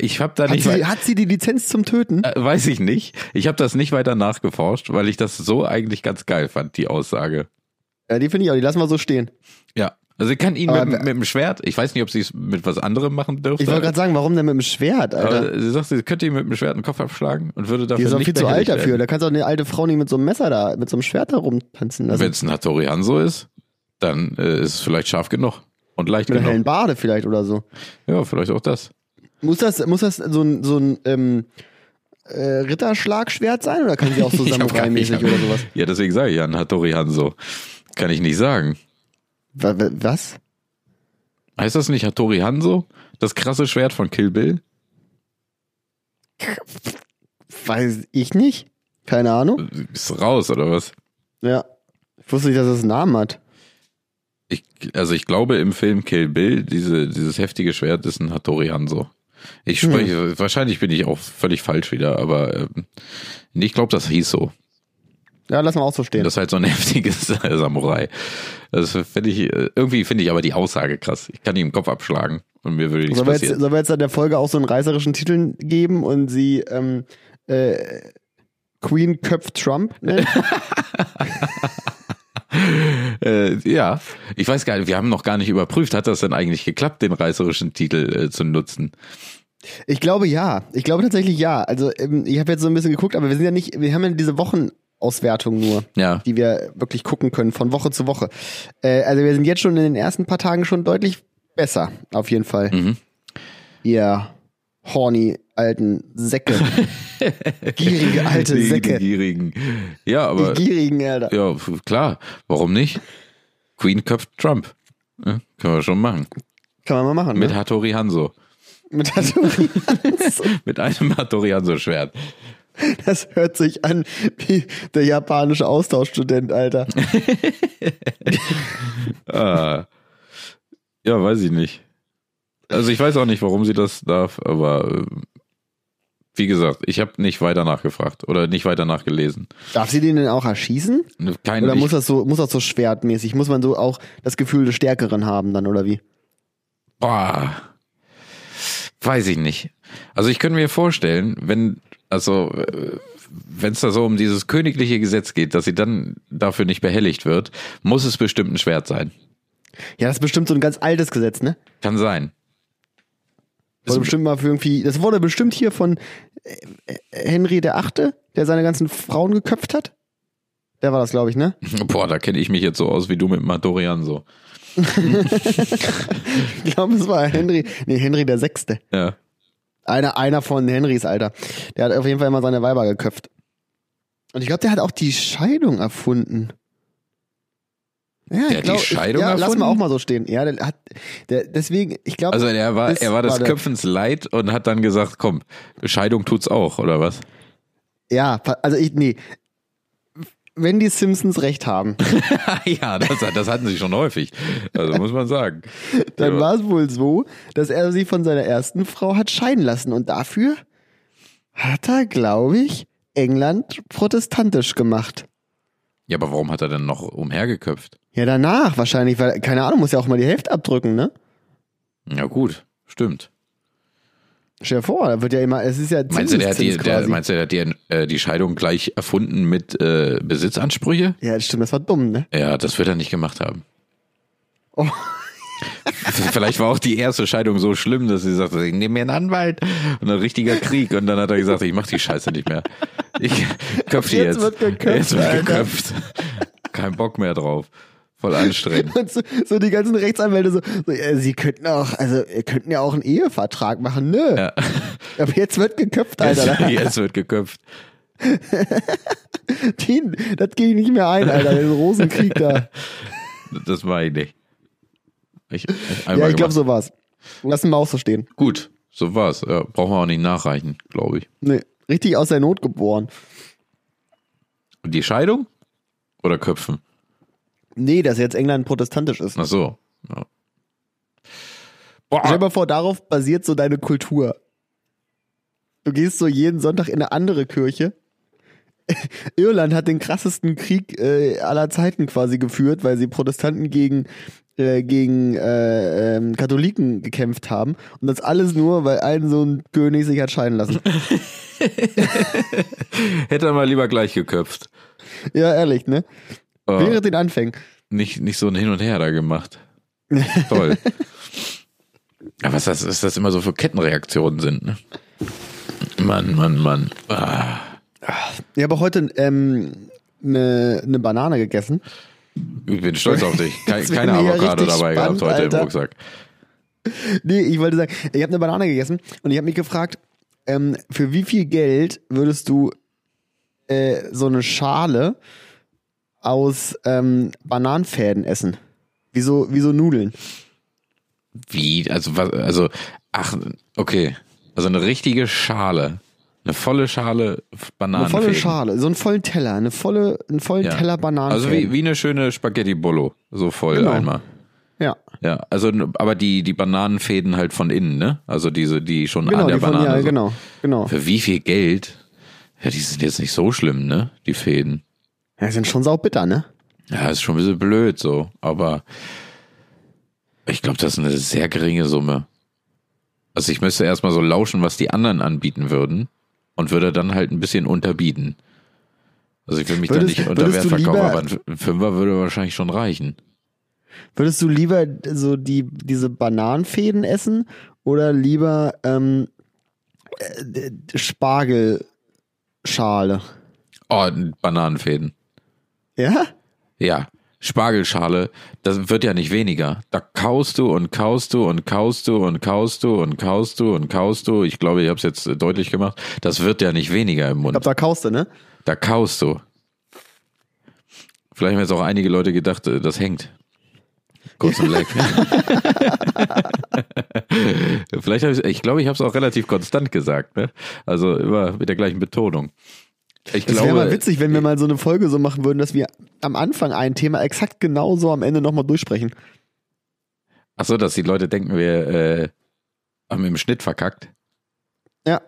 Speaker 1: Ich habe da
Speaker 2: Hat
Speaker 1: nicht.
Speaker 2: sie, hat sie die Lizenz zum Töten?
Speaker 1: Äh, Weiß ich nicht. Ich habe das nicht weiter nachgeforscht, weil ich das so eigentlich ganz geil fand, die Aussage.
Speaker 2: Ja, Äh, die finde ich auch, die lassen wir so stehen.
Speaker 1: Ja. Also ich kann ihn
Speaker 2: Aber
Speaker 1: mit,
Speaker 2: wer-
Speaker 1: mit dem Schwert, ich weiß nicht, ob sie es mit was anderem machen dürfte.
Speaker 2: Ich wollte gerade sagen, warum denn mit dem Schwert, Alter?
Speaker 1: aber sie sagt, sie könnte ihm mit dem Schwert den Kopf abschlagen und würde dafür
Speaker 2: Die ist auch
Speaker 1: nicht
Speaker 2: viel zu alt
Speaker 1: behelligt
Speaker 2: dafür.
Speaker 1: werden.
Speaker 2: Da kannst du auch eine alte Frau nicht mit so einem Messer da, mit so einem Schwert da rumtanzen lassen.
Speaker 1: Wenn es ein Hattori Hanzo ist, dann äh, ist es vielleicht scharf genug und leicht
Speaker 2: mit einer hellen
Speaker 1: genug.
Speaker 2: Bade vielleicht oder so.
Speaker 1: Ja, vielleicht auch das.
Speaker 2: Muss das, muss das so ein, so ein ähm, äh, Ritterschlagschwert sein oder kann sie auch so
Speaker 1: Ich hab gar nicht-
Speaker 2: Samurai-mäßig oder sowas?
Speaker 1: Ja, deswegen sage ich ja, ein Hattori Hanzo. Kann ich nicht sagen.
Speaker 2: Wa- wa- Was?
Speaker 1: Heißt das nicht Hattori Hanzo? Das krasse Schwert von Kill Bill?
Speaker 2: Weiß ich nicht. Keine Ahnung.
Speaker 1: Ist raus, oder was? Äh.
Speaker 2: Ja. Ich wusste nicht, dass es einen Namen hat.
Speaker 1: Ich, also ich glaube im Film Kill Bill, diese, dieses heftige Schwert ist ein Hattori Hanzo. Ich
Speaker 2: Hm.
Speaker 1: spreche, wahrscheinlich bin ich auch völlig falsch wieder, aber ähm, nee, ich glaube, das hieß so.
Speaker 2: Ja, lass mal auch so stehen.
Speaker 1: Das ist halt so ein heftiges Samurai. Das finde ich, äh, irgendwie finde ich aber die Aussage krass. Ich kann ihm den Kopf abschlagen und mir würde nichts
Speaker 2: Sollen wir, jetzt,
Speaker 1: passieren.
Speaker 2: sollen wir jetzt an der Folge auch so einen reißerischen Titel geben und sie ähm, äh, Queen Köpf Trump nennen?
Speaker 1: Äh, ja, ich weiß gar nicht, wir haben noch gar nicht überprüft, hat das denn eigentlich geklappt, den reißerischen Titel äh, zu nutzen?
Speaker 2: Ich glaube ja. Ich glaube tatsächlich ja. Also ähm, ich habe jetzt so ein bisschen geguckt, aber wir sind ja nicht, wir haben ja diese Wochenauswertung nur,
Speaker 1: Ja.
Speaker 2: die wir wirklich gucken können von Woche zu Woche. Äh, also wir sind jetzt schon in den ersten paar Tagen schon deutlich besser, auf jeden Fall.
Speaker 1: Mhm.
Speaker 2: Ihr horny alten Säcke. Gierige alte
Speaker 1: Die- Die
Speaker 2: Säcke.
Speaker 1: gierigen. Ja, aber.
Speaker 2: Die gierigen, Alter.
Speaker 1: Ja, f- klar. Warum nicht? Queen köpft Trump. Ja, können wir schon machen.
Speaker 2: Kann man mal machen.
Speaker 1: Mit
Speaker 2: ne?
Speaker 1: Hattori Hanzo.
Speaker 2: Mit Tattoos.
Speaker 1: Mit einem Hattori Hanzo-Schwert.
Speaker 2: Das hört sich an wie der japanische Austauschstudent, Alter.
Speaker 1: Ah. Ja, weiß ich nicht. Also ich weiß auch nicht, warum sie das darf, aber ähm, wie gesagt, ich habe nicht weiter nachgefragt oder nicht weiter nachgelesen.
Speaker 2: Darf sie den denn auch erschießen?
Speaker 1: Kein,
Speaker 2: Oder
Speaker 1: ich-
Speaker 2: muss das so, muss das so schwertmäßig? Muss man so auch das Gefühl des Stärkeren haben dann, oder wie?
Speaker 1: Boah. Weiß ich nicht. Also ich könnte mir vorstellen, wenn, also, wenn es da so um dieses königliche Gesetz geht, dass sie dann dafür nicht behelligt wird, muss es bestimmt ein Schwert sein.
Speaker 2: Ja, das ist bestimmt so ein ganz altes Gesetz, ne?
Speaker 1: Kann sein.
Speaker 2: Wurde
Speaker 1: Ist-
Speaker 2: bestimmt mal für irgendwie, das wurde bestimmt hier von äh, äh, Henry der Achte, der seine ganzen Frauen geköpft hat. Der war das, glaube ich, ne?
Speaker 1: Boah, da kenne ich mich jetzt so aus wie du mit Madorian so.
Speaker 2: Ich glaube, es war Henry, nee, Henry der Sechste.
Speaker 1: Ja.
Speaker 2: Einer, einer von Henrys, Alter. Der hat auf jeden Fall immer seine Weiber geköpft. Und ich glaube, der hat auch die Scheidung erfunden. Ja,
Speaker 1: hat die Scheidung
Speaker 2: ja, Lass
Speaker 1: erfunden?
Speaker 2: mal auch mal so stehen. Ja, der hat, der, deswegen, ich glaube,
Speaker 1: Also er war,
Speaker 2: Das
Speaker 1: er war des
Speaker 2: war der-
Speaker 1: Köpfens leid und hat dann gesagt, komm, Scheidung tut's auch, oder was?
Speaker 2: ja, fa- also ich, nee. Wenn die Simpsons recht haben,
Speaker 1: ja, das, das hatten sie schon häufig. Also muss man sagen.
Speaker 2: dann
Speaker 1: Ja.
Speaker 2: war es wohl so, dass er sie von seiner ersten Frau hat scheiden lassen. Und dafür hat er, glaube ich, England protestantisch gemacht.
Speaker 1: Ja, aber warum hat er dann noch umhergeköpft?
Speaker 2: Ja, danach wahrscheinlich, weil, keine Ahnung, muss ja auch mal die Hälfte abdrücken, ne?
Speaker 1: Ja, gut, stimmt.
Speaker 2: Stell dir vor, da wird ja immer, es ist ja
Speaker 1: Meinst du, der hat die,
Speaker 2: Zinseszins
Speaker 1: der,
Speaker 2: quasi.
Speaker 1: meinst du, der hat die, äh, die Scheidung gleich erfunden mit äh, Besitzansprüche?
Speaker 2: ja, stimmt, das war dumm, ne?
Speaker 1: Ja, das wird er nicht gemacht haben.
Speaker 2: Oh.
Speaker 1: Vielleicht war auch die erste Scheidung so schlimm, dass sie sagte, ich nehme mir einen Anwalt und ein richtiger Krieg. Und dann hat er gesagt, ich mach die Scheiße nicht mehr. Ich köpfe die
Speaker 2: Jetzt
Speaker 1: jetzt.
Speaker 2: wird geköpft,
Speaker 1: jetzt wird
Speaker 2: Alter.
Speaker 1: geköpft. Kein Bock mehr drauf. Voll anstrengend.
Speaker 2: Und so, so die ganzen Rechtsanwälte so, so ja, sie könnten auch, also, ihr könnten ja auch einen Ehevertrag machen, ne? nö.
Speaker 1: Ja.
Speaker 2: Aber jetzt wird geköpft, Alter.
Speaker 1: Jetzt, jetzt wird geköpft.
Speaker 2: Den, das gehe ich nicht mehr ein, Alter. Den Rosenkrieg da.
Speaker 1: Das war ich nicht. Ich, ich
Speaker 2: Ja, ich glaube,
Speaker 1: gemacht.
Speaker 2: so war's. Lass den Maus so stehen.
Speaker 1: Gut, so war's. Ja, brauchen wir auch nicht nachreichen, glaube ich.
Speaker 2: Nee, richtig aus der Not geboren.
Speaker 1: Und die Scheidung? Oder Köpfen?
Speaker 2: Nee, dass jetzt England protestantisch ist.
Speaker 1: Ach so. Ja.
Speaker 2: Stell dir
Speaker 1: Boah,
Speaker 2: mal vor, darauf basiert so deine Kultur. Du gehst so jeden Sonntag in eine andere Kirche. Irland hat den krassesten Krieg äh, aller Zeiten quasi geführt, weil sie Protestanten gegen, äh, gegen äh, ähm, Katholiken gekämpft haben. Und das alles nur, weil ein so ein König sich hat scheiden lassen.
Speaker 1: hätte er mal lieber gleich geköpft.
Speaker 2: ja, ehrlich, ne?
Speaker 1: Oh,
Speaker 2: Während den Anfängen.
Speaker 1: nicht, nicht so ein Hin und Her da gemacht. Toll. Aber was das, was das immer so für Kettenreaktionen sind, ne? Mann, Mann, Mann. Ah,
Speaker 2: Ich habe heute ähm, eine eine Banane gegessen.
Speaker 1: ich bin stolz auf dich. Keine,
Speaker 2: Das wär
Speaker 1: keine
Speaker 2: mega
Speaker 1: Avocado
Speaker 2: richtig
Speaker 1: dabei
Speaker 2: spannend,
Speaker 1: gehabt heute
Speaker 2: Alter.
Speaker 1: im Rucksack.
Speaker 2: Nee, ich wollte sagen, ich habe eine Banane gegessen und ich habe mich gefragt, ähm, für wie viel Geld würdest du äh, so eine Schale aus ähm, Bananenfäden essen? Wie so, wie so Nudeln.
Speaker 1: Wie? Also, was, also, ach, okay. Also eine richtige Schale. Eine volle Schale Bananen.
Speaker 2: Eine volle Schale, so einen vollen Teller, eine volle, einen vollen Teller
Speaker 1: Also
Speaker 2: Bananenfäden.
Speaker 1: wie, wie eine schöne Spaghetti Bolo. So voll
Speaker 2: Genau.
Speaker 1: einmal.
Speaker 2: ja,
Speaker 1: Ja, also, aber die, die Bananenfäden halt von innen, ne? Also diese, die schon
Speaker 2: genau,
Speaker 1: an der
Speaker 2: die von,
Speaker 1: Banane.
Speaker 2: ja,
Speaker 1: so.
Speaker 2: genau, genau.
Speaker 1: Für wie viel Geld? Ja, die sind jetzt nicht so schlimm, ne? Die Fäden.
Speaker 2: Ja, die sind schon saubitter, ne?
Speaker 1: Ja, ist schon ein bisschen blöd so, aber ich glaube, das ist eine sehr geringe Summe. Also ich müsste erstmal so lauschen, was die anderen anbieten würden und würde dann halt ein bisschen unterbieten. Also ich will mich
Speaker 2: Würdest-
Speaker 1: da nicht unter
Speaker 2: würdest
Speaker 1: Wert
Speaker 2: du
Speaker 1: verkaufen,
Speaker 2: lieber-
Speaker 1: aber ein F- ein Fünfer würde wahrscheinlich schon reichen.
Speaker 2: Würdest du lieber so die, diese Bananenfäden essen oder lieber ähm, äh, d- d- Spargelschale?
Speaker 1: Oh, n- Bananenfäden.
Speaker 2: Ja?
Speaker 1: Ja, Spargelschale, das wird ja nicht weniger. Da kaust du und kaust du und kaust du und kaust du und kaust du und kaust du. Ich glaube, ich habe es jetzt äh, deutlich gemacht. Das wird ja nicht weniger im
Speaker 2: Ich
Speaker 1: Mund.
Speaker 2: glaube, da kaust du, ne?
Speaker 1: Da kaust du. Vielleicht haben jetzt auch einige Leute gedacht, äh, das hängt. Kurz und leck. Vielleicht habe ich, ich glaube, ich habe es auch relativ konstant gesagt. Ne? Also immer mit der gleichen Betonung. Ich
Speaker 2: Das wäre mal
Speaker 1: glaube,
Speaker 2: witzig, wenn wir mal so eine Folge so machen würden, dass wir am Anfang ein Thema exakt genauso am Ende nochmal durchsprechen.
Speaker 1: ach so, dass die Leute denken, wir äh, haben im Schnitt verkackt.
Speaker 2: Ja.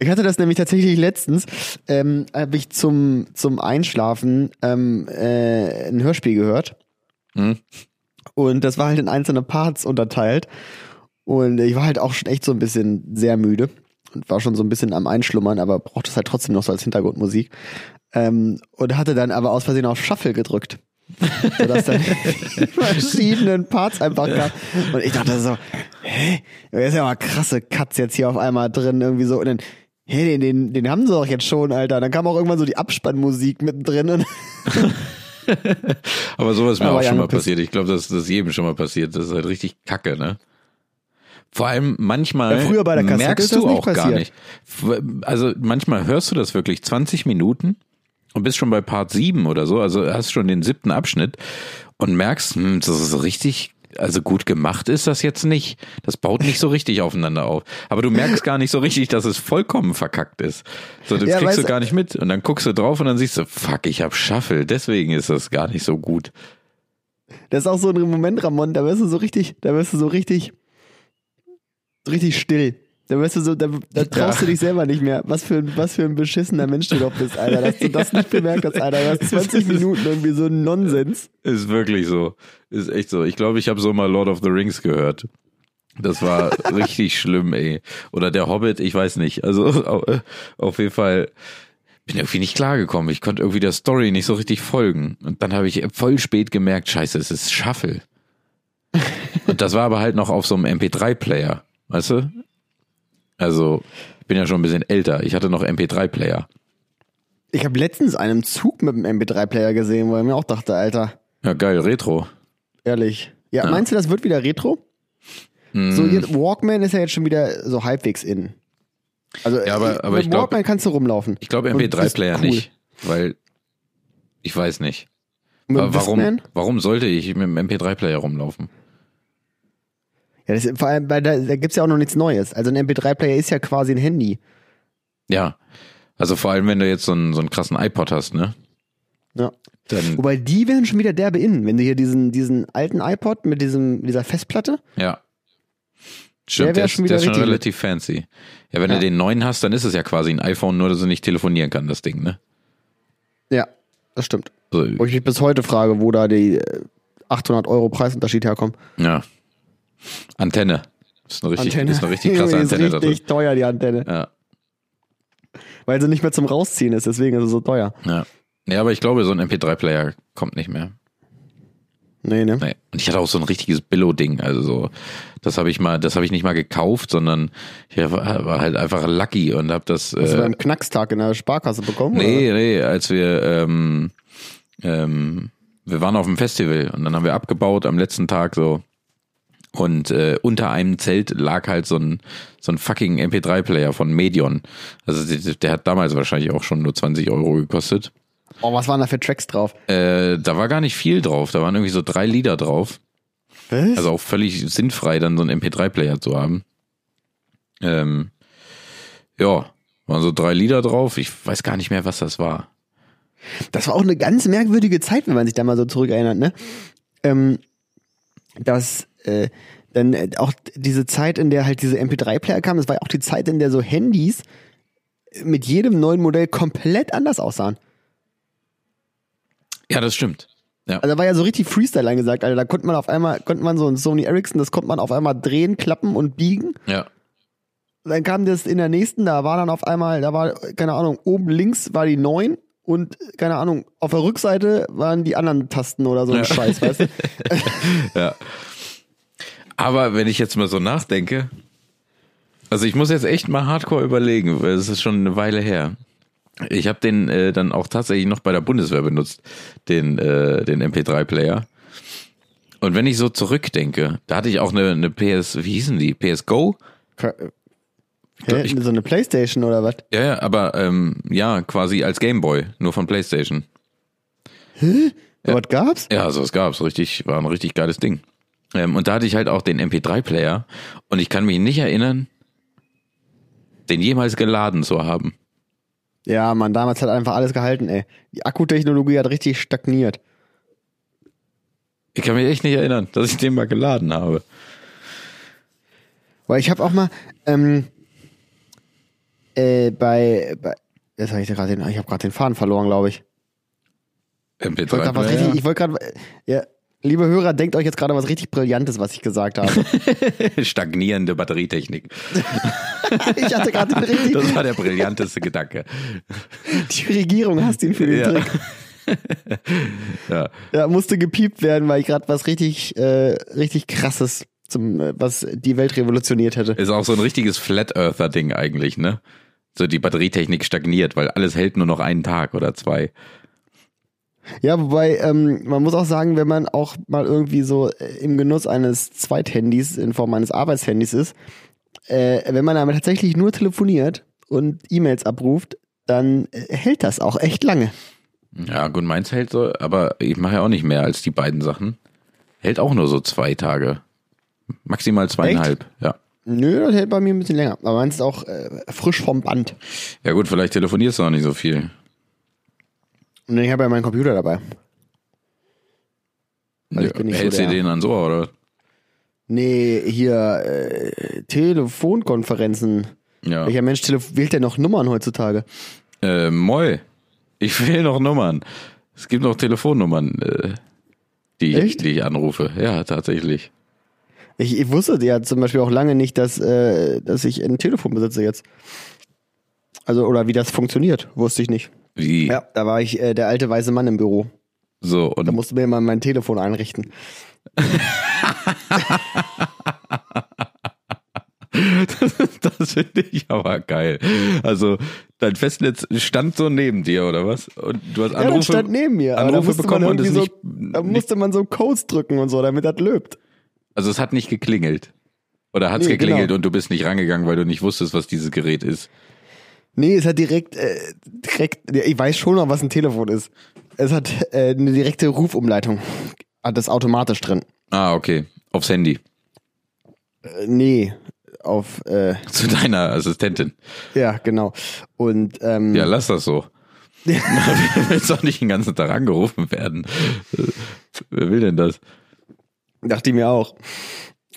Speaker 2: Ich hatte das nämlich tatsächlich letztens, ähm, habe ich zum, zum Einschlafen ähm, äh, ein Hörspiel gehört.
Speaker 1: Hm?
Speaker 2: Und das war halt in einzelne Parts unterteilt. Und ich war halt auch schon echt so ein bisschen sehr müde und war schon so ein bisschen am Einschlummern, aber brauchte es halt trotzdem noch so als Hintergrundmusik. Ähm, und hatte dann aber aus Versehen auf Shuffle gedrückt. Sodass dann die verschiedenen Parts einfach gab. Und ich dachte so, hä? Da ist ja mal krasse Cuts jetzt hier auf einmal drin, irgendwie so. Und dann, hä, den, den, den haben sie doch jetzt schon, Alter. Dann kam auch irgendwann so die Abspannmusik mittendrin. Und
Speaker 1: Aber sowas ist mir
Speaker 2: Aber
Speaker 1: auch
Speaker 2: ja,
Speaker 1: schon
Speaker 2: ne,
Speaker 1: mal
Speaker 2: angepisst.
Speaker 1: passiert. Ich glaube, das, das ist jedem schon mal passiert. Das ist halt richtig kacke, ne? Vor allem manchmal
Speaker 2: Ja, früher bei der Kassette
Speaker 1: merkst
Speaker 2: ist das
Speaker 1: du
Speaker 2: nicht
Speaker 1: auch gar
Speaker 2: passiert.
Speaker 1: nicht. F- Also manchmal hörst du das wirklich 20 Minuten und bist schon bei Part 7 oder so, also hast schon den siebten Abschnitt und merkst, hm, das ist richtig, also gut gemacht ist das jetzt nicht. Das baut nicht so richtig aufeinander auf. Aber du merkst gar nicht so richtig, dass es vollkommen verkackt ist. So, das
Speaker 2: Ja,
Speaker 1: kriegst du
Speaker 2: weißt-
Speaker 1: gar nicht mit. Und dann guckst du drauf und dann siehst du, fuck, ich hab Shuffle, deswegen ist das gar nicht so gut.
Speaker 2: Das ist auch so ein Moment, Ramon, da wirst du so richtig, da wirst du so richtig, so richtig still. Da wirst du so, da, da traust
Speaker 1: Ja.
Speaker 2: du dich selber nicht mehr. Was für, ein- was für ein beschissener Mensch du doch bist, Alter. Dass du das nicht bemerkt hast, Alter. Du hast 20 Minuten irgendwie so einen Nonsens.
Speaker 1: Ist wirklich so. Ist echt so. Ich glaube, ich habe so mal Lord of the Rings gehört. Das war richtig schlimm, ey. Oder der Hobbit, ich weiß nicht. Also au- äh, auf jeden Fall bin irgendwie nicht klargekommen. Ich konnte irgendwie der Story nicht so richtig folgen. Und dann habe ich voll spät gemerkt, scheiße, es ist Shuffle. Und das war aber halt noch auf so einem MP3-Player. Weißt du? Also, ich bin ja schon ein bisschen älter. Ich hatte noch MP3-Player.
Speaker 2: Ich habe letztens einen Zug mit dem MP3-Player gesehen, wo ich mir auch dachte, Alter,
Speaker 1: Ja, geil, Retro.
Speaker 2: ehrlich. Ja, meinst du, das wird wieder Retro? So,
Speaker 1: Mhm.
Speaker 2: jetzt, Walkman ist ja jetzt schon wieder so halbwegs in. Also,
Speaker 1: Ja, aber-
Speaker 2: ich-
Speaker 1: aber
Speaker 2: mit
Speaker 1: ich glaub-
Speaker 2: Walkman kannst du rumlaufen.
Speaker 1: Ich glaube
Speaker 2: Und bist
Speaker 1: MP3-Player
Speaker 2: cool.
Speaker 1: nicht. weil ich weiß nicht.
Speaker 2: Mit
Speaker 1: Wa-
Speaker 2: dem
Speaker 1: Warum,
Speaker 2: Discman?
Speaker 1: warum sollte ich mit dem MP3-Player rumlaufen?
Speaker 2: Ja, das, vor allem, weil da, da gibt's ja auch noch nichts Neues. Also ein MP3-Player ist ja quasi ein Handy.
Speaker 1: Ja. Also vor allem, wenn du jetzt so einen, so einen krassen iPod hast, ne?
Speaker 2: Ja.
Speaker 1: Dann,
Speaker 2: Wobei die wären schon wieder derbe innen, wenn du hier diesen, diesen alten iPod mit diesem, dieser Festplatte.
Speaker 1: ja. Stimmt,
Speaker 2: wär
Speaker 1: der, ist-
Speaker 2: schon wieder
Speaker 1: der ist schon
Speaker 2: richtig
Speaker 1: relativ fancy. Ja, wenn
Speaker 2: Ja.
Speaker 1: du den neuen hast, dann ist es ja quasi ein iPhone, nur dass du nicht telefonieren kann, das Ding, ne?
Speaker 2: Ja, das stimmt.
Speaker 1: So,
Speaker 2: Wo ich mich bis heute frage, wo da die äh, 800 Euro Preisunterschied herkommen.
Speaker 1: ja. Antenne. Ist eine richtig, Ist eine richtig krasse
Speaker 2: Die ist
Speaker 1: Antenne da drin.
Speaker 2: richtig teuer, die Antenne.
Speaker 1: Ja.
Speaker 2: Weil sie nicht mehr zum Rausziehen ist, deswegen ist sie so teuer.
Speaker 1: Ja. Ja, aber ich glaube, so ein MP3-Player kommt nicht mehr.
Speaker 2: Nee, ne?
Speaker 1: Nee. Und ich hatte auch so ein richtiges Billo-Ding. Also so, das habe ich mal, das habe ich nicht mal gekauft, sondern ich war, war halt einfach lucky und habe das.
Speaker 2: Hast du
Speaker 1: Äh,
Speaker 2: beim Knackstag in der Sparkasse bekommen?
Speaker 1: nee, nee, als wir ähm, ähm, wir waren auf dem Festival und dann haben wir abgebaut am letzten Tag so. Und äh, unter einem Zelt lag halt so ein, so ein fucking MP3-Player von Medion. Also der, der hat damals wahrscheinlich auch schon nur 20 Euro gekostet.
Speaker 2: Oder? Oh, was waren da für Tracks drauf?
Speaker 1: Äh, da war gar nicht viel drauf. Da waren irgendwie so drei Lieder drauf.
Speaker 2: Was?
Speaker 1: Also auch völlig sinnfrei, dann so einen MP3-Player zu haben. Ähm, ja, waren so drei Lieder drauf. Ich weiß gar nicht mehr, was das war.
Speaker 2: Das war auch eine ganz merkwürdige Zeit, wenn man sich da mal so zurückerinnert, ne? Ähm, dass äh, dann äh, auch diese Zeit, in der halt diese MP3-Player kamen, das war ja auch die Zeit, in der so Handys mit jedem neuen Modell komplett anders aussahen.
Speaker 1: Ja, das stimmt. Ja,
Speaker 2: Also da war ja so richtig Freestyle angesagt, Alter. Da konnte man auf einmal, konnte man so ein Sony Ericsson, das konnte man auf einmal drehen, klappen und biegen.
Speaker 1: ja,
Speaker 2: Dann kam das in der nächsten, da war dann auf einmal, da war, keine Ahnung, oben links war die 9 und, keine Ahnung, auf der Rückseite waren die anderen Tasten oder so ein
Speaker 1: Ja.
Speaker 2: Scheiß, weißt du?
Speaker 1: ja. Aber wenn ich jetzt mal so nachdenke, also ich muss jetzt echt mal hardcore überlegen, weil es ist schon eine Weile her. Ich habe den äh, dann auch tatsächlich noch bei der Bundeswehr benutzt, den, äh, den MP3-Player. Und wenn ich so zurückdenke, da hatte ich auch eine, eine PS, wie hießen die? PS Go?
Speaker 2: Hä, so eine Playstation oder was?
Speaker 1: Ja, ja, aber ähm, ja, quasi als Gameboy, nur von PlayStation.
Speaker 2: Was gab's?
Speaker 1: Ja, also es gab's richtig, war ein richtig geiles Ding. Ähm, und da hatte ich halt auch den MP3-Player und ich kann mich nicht erinnern, den jemals geladen zu haben.
Speaker 2: Ja, man, damals hat einfach alles gehalten, ey. Die Akkutechnologie hat richtig stagniert.
Speaker 1: Ich kann mich echt nicht erinnern, dass ich den mal geladen habe.
Speaker 2: Weil ich habe auch mal ähm, äh, bei, bei das hab ich gerade den, ich habe gerade den Faden verloren, glaube ich. Ich wollte gerade was richtig,
Speaker 1: MP3-Player.
Speaker 2: ich wollte gerade, ja, liebe Hörer, denkt euch jetzt gerade was richtig Brillantes, was ich gesagt habe.
Speaker 1: Stagnierende Batterietechnik.
Speaker 2: ich hatte gerade den richtig,
Speaker 1: Das war der brillanteste Gedanke.
Speaker 2: die Regierung hasst ihn für den
Speaker 1: Ja.
Speaker 2: Trick.
Speaker 1: Ja.
Speaker 2: Ja, musste gepiept werden, weil ich gerade was richtig, äh, richtig krasses zum, äh, was die Welt revolutioniert hätte.
Speaker 1: Ist auch so ein richtiges Flat Earther-Ding eigentlich, ne? So die Batterietechnik stagniert, weil alles hält nur noch einen Tag oder zwei.
Speaker 2: Ja, wobei ähm, man muss auch sagen, wenn man auch mal irgendwie so äh, im Genuss eines Zweithandys in Form eines Arbeitshandys ist, äh, wenn man damit tatsächlich nur telefoniert und E-Mails abruft, dann äh, hält das auch echt lange.
Speaker 1: Ja, gut, meins hält so, aber ich mache ja auch nicht mehr als die beiden Sachen. Hält auch nur so zwei Tage. Maximal zweieinhalb, ja.
Speaker 2: Nö, das hält bei mir ein bisschen länger. Aber meins ist auch äh, frisch vom Band.
Speaker 1: Ja gut, vielleicht telefonierst du auch nicht so viel.
Speaker 2: Und ich habe ja meinen Computer dabei. Also ich bin nicht so
Speaker 1: Hältst du
Speaker 2: der-
Speaker 1: den ans Ohr, oder?
Speaker 2: Nee, hier äh, Telefonkonferenzen.
Speaker 1: Ja.
Speaker 2: Welcher Mensch tele- wählt denn noch Nummern heutzutage?
Speaker 1: Äh, moi, ich will noch Nummern. Es gibt noch Telefonnummern, äh, die, ich,
Speaker 2: Echt?
Speaker 1: die ich anrufe. Ja, tatsächlich.
Speaker 2: Ich, ich wusste ja zum Beispiel auch lange nicht, dass, äh, dass ich ein Telefon besitze jetzt. Also, oder wie das funktioniert, wusste ich nicht.
Speaker 1: Wie?
Speaker 2: Ja, da war ich äh, der alte weiße Mann im Büro.
Speaker 1: So, und
Speaker 2: Da musste mir mal mein Telefon einrichten.
Speaker 1: das finde ich aber geil. Also, dein Festnetz stand so neben dir, oder was? Und du hast
Speaker 2: Ja,
Speaker 1: Anrufe,
Speaker 2: das stand neben mir. aber da
Speaker 1: Anrufe
Speaker 2: musste
Speaker 1: bekommen
Speaker 2: man
Speaker 1: und es
Speaker 2: irgendwie
Speaker 1: nicht,
Speaker 2: so, da musste man so Codes drücken und so, damit das löbt.
Speaker 1: Also es hat nicht geklingelt. Oder hat es
Speaker 2: Nee,
Speaker 1: geklingelt
Speaker 2: genau.
Speaker 1: und du bist nicht rangegangen, weil du nicht wusstest, was dieses Gerät ist.
Speaker 2: Nee, es hat direkt, äh, direkt, ja, ich weiß schon noch, was ein Telefon ist. Es hat äh, eine direkte Rufumleitung. Hat das automatisch drin.
Speaker 1: Ah, okay. Aufs Handy.
Speaker 2: Äh, nee, auf, äh,
Speaker 1: Zu deiner Assistentin.
Speaker 2: ja, genau. Und, ähm,
Speaker 1: Ja, lass das so. Wer will doch nicht den ganzen Tag angerufen werden. Äh, Wer will denn das?
Speaker 2: dachte ich mir auch.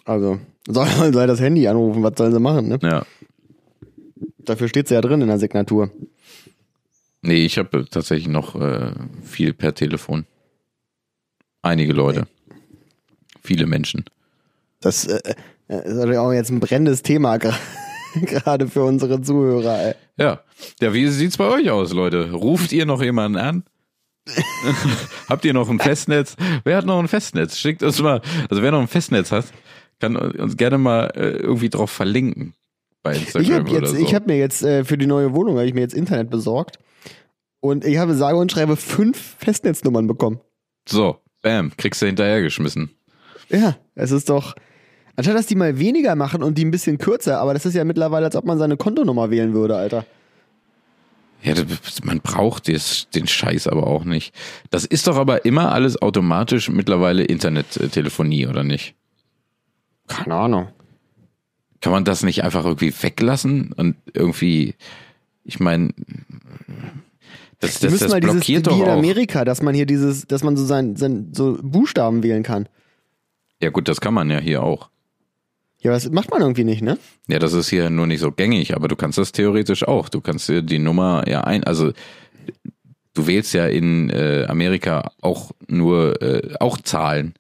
Speaker 2: Also, soll, soll das Handy anrufen, was sollen sie machen, ne?
Speaker 1: Ja.
Speaker 2: Dafür steht sie ja drin in der Signatur.
Speaker 1: Nee, ich habe tatsächlich noch äh, viel per Telefon. Einige Leute. Viele Menschen.
Speaker 2: Das äh, äh, ist natürlich auch jetzt ein brennendes Thema, gra- gerade für unsere Zuhörer, ey.
Speaker 1: Ja. Ja, wie sieht's bei euch aus, Leute? Ruft ihr noch jemanden an? Habt ihr noch ein Festnetz? Wer hat noch ein Festnetz? Schickt uns mal. Also wer noch ein Festnetz hat, kann uns gerne mal äh, irgendwie drauf verlinken bei
Speaker 2: Ich
Speaker 1: Instagram
Speaker 2: habe jetzt,
Speaker 1: oder so.
Speaker 2: ich habe mir jetzt äh, für die neue Wohnung habe ich mir jetzt Internet besorgt und ich habe sage und schreibe fünf Festnetznummern bekommen.
Speaker 1: so, bam, kriegst du hinterhergeschmissen.
Speaker 2: Ja, es ist doch anstatt dass die mal weniger machen und die ein bisschen kürzer, aber das ist ja mittlerweile, als ob man seine Kontonummer wählen würde, Alter.
Speaker 1: Ja, das- man braucht des- den Scheiß aber auch nicht. Das ist doch aber immer alles automatisch mittlerweile Internettelefonie, oder nicht?
Speaker 2: Keine Ahnung.
Speaker 1: Kann man das nicht einfach irgendwie weglassen und irgendwie, ich meine, das,
Speaker 2: Die
Speaker 1: das,
Speaker 2: müssen
Speaker 1: das
Speaker 2: mal dieses wie
Speaker 1: blockiert doch
Speaker 2: in
Speaker 1: auch.
Speaker 2: Amerika, dass man hier dieses, dass man so sein, sein so Buchstaben wählen kann.
Speaker 1: Ja gut, das kann man ja hier auch.
Speaker 2: Ja, aber das macht man irgendwie nicht, ne?
Speaker 1: Ja, das ist hier nur nicht so gängig, aber du kannst das theoretisch auch. Du kannst dir die Nummer ja ein, also du wählst ja in äh, Amerika auch nur, äh, auch Zahlen.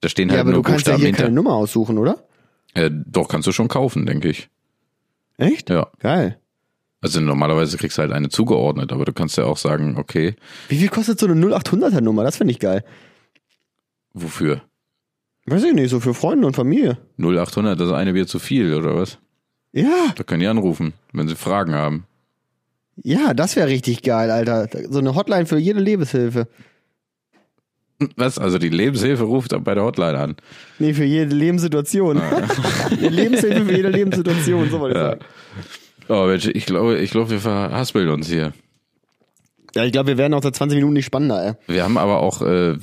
Speaker 1: Da stehen
Speaker 2: Ja,
Speaker 1: halt
Speaker 2: aber
Speaker 1: nur
Speaker 2: du kannst ja
Speaker 1: Buchstaben
Speaker 2: hier
Speaker 1: hinter.
Speaker 2: keine Nummer aussuchen, oder?
Speaker 1: Äh, doch, kannst du schon kaufen, denke ich.
Speaker 2: Echt?
Speaker 1: Ja.
Speaker 2: Geil.
Speaker 1: Also normalerweise kriegst du halt eine zugeordnet, aber du kannst ja auch sagen, okay,
Speaker 2: Wie viel kostet so eine 0800er Nummer? Das finde ich geil.
Speaker 1: wofür?
Speaker 2: Weiß ich nicht, so für Freunde und Familie.
Speaker 1: 0800, das ist eine Bier zu viel, oder was?
Speaker 2: Ja,
Speaker 1: Da können die anrufen, wenn sie Fragen haben.
Speaker 2: ja, das wäre richtig geil, Alter. So eine Hotline für jede Lebenshilfe.
Speaker 1: Was? Also die Lebenshilfe ruft bei der Hotline an.
Speaker 2: Nee, für jede Lebenssituation. eine Lebenshilfe für jede Lebenssituation, so wollte ich sagen.
Speaker 1: Oh Mensch, ich glaube, ich glaube, wir verhaspeln uns hier.
Speaker 2: Ja, ich glaube, wir werden auch seit 20 Minuten nicht spannender, ey.
Speaker 1: Wir haben aber auch, äh,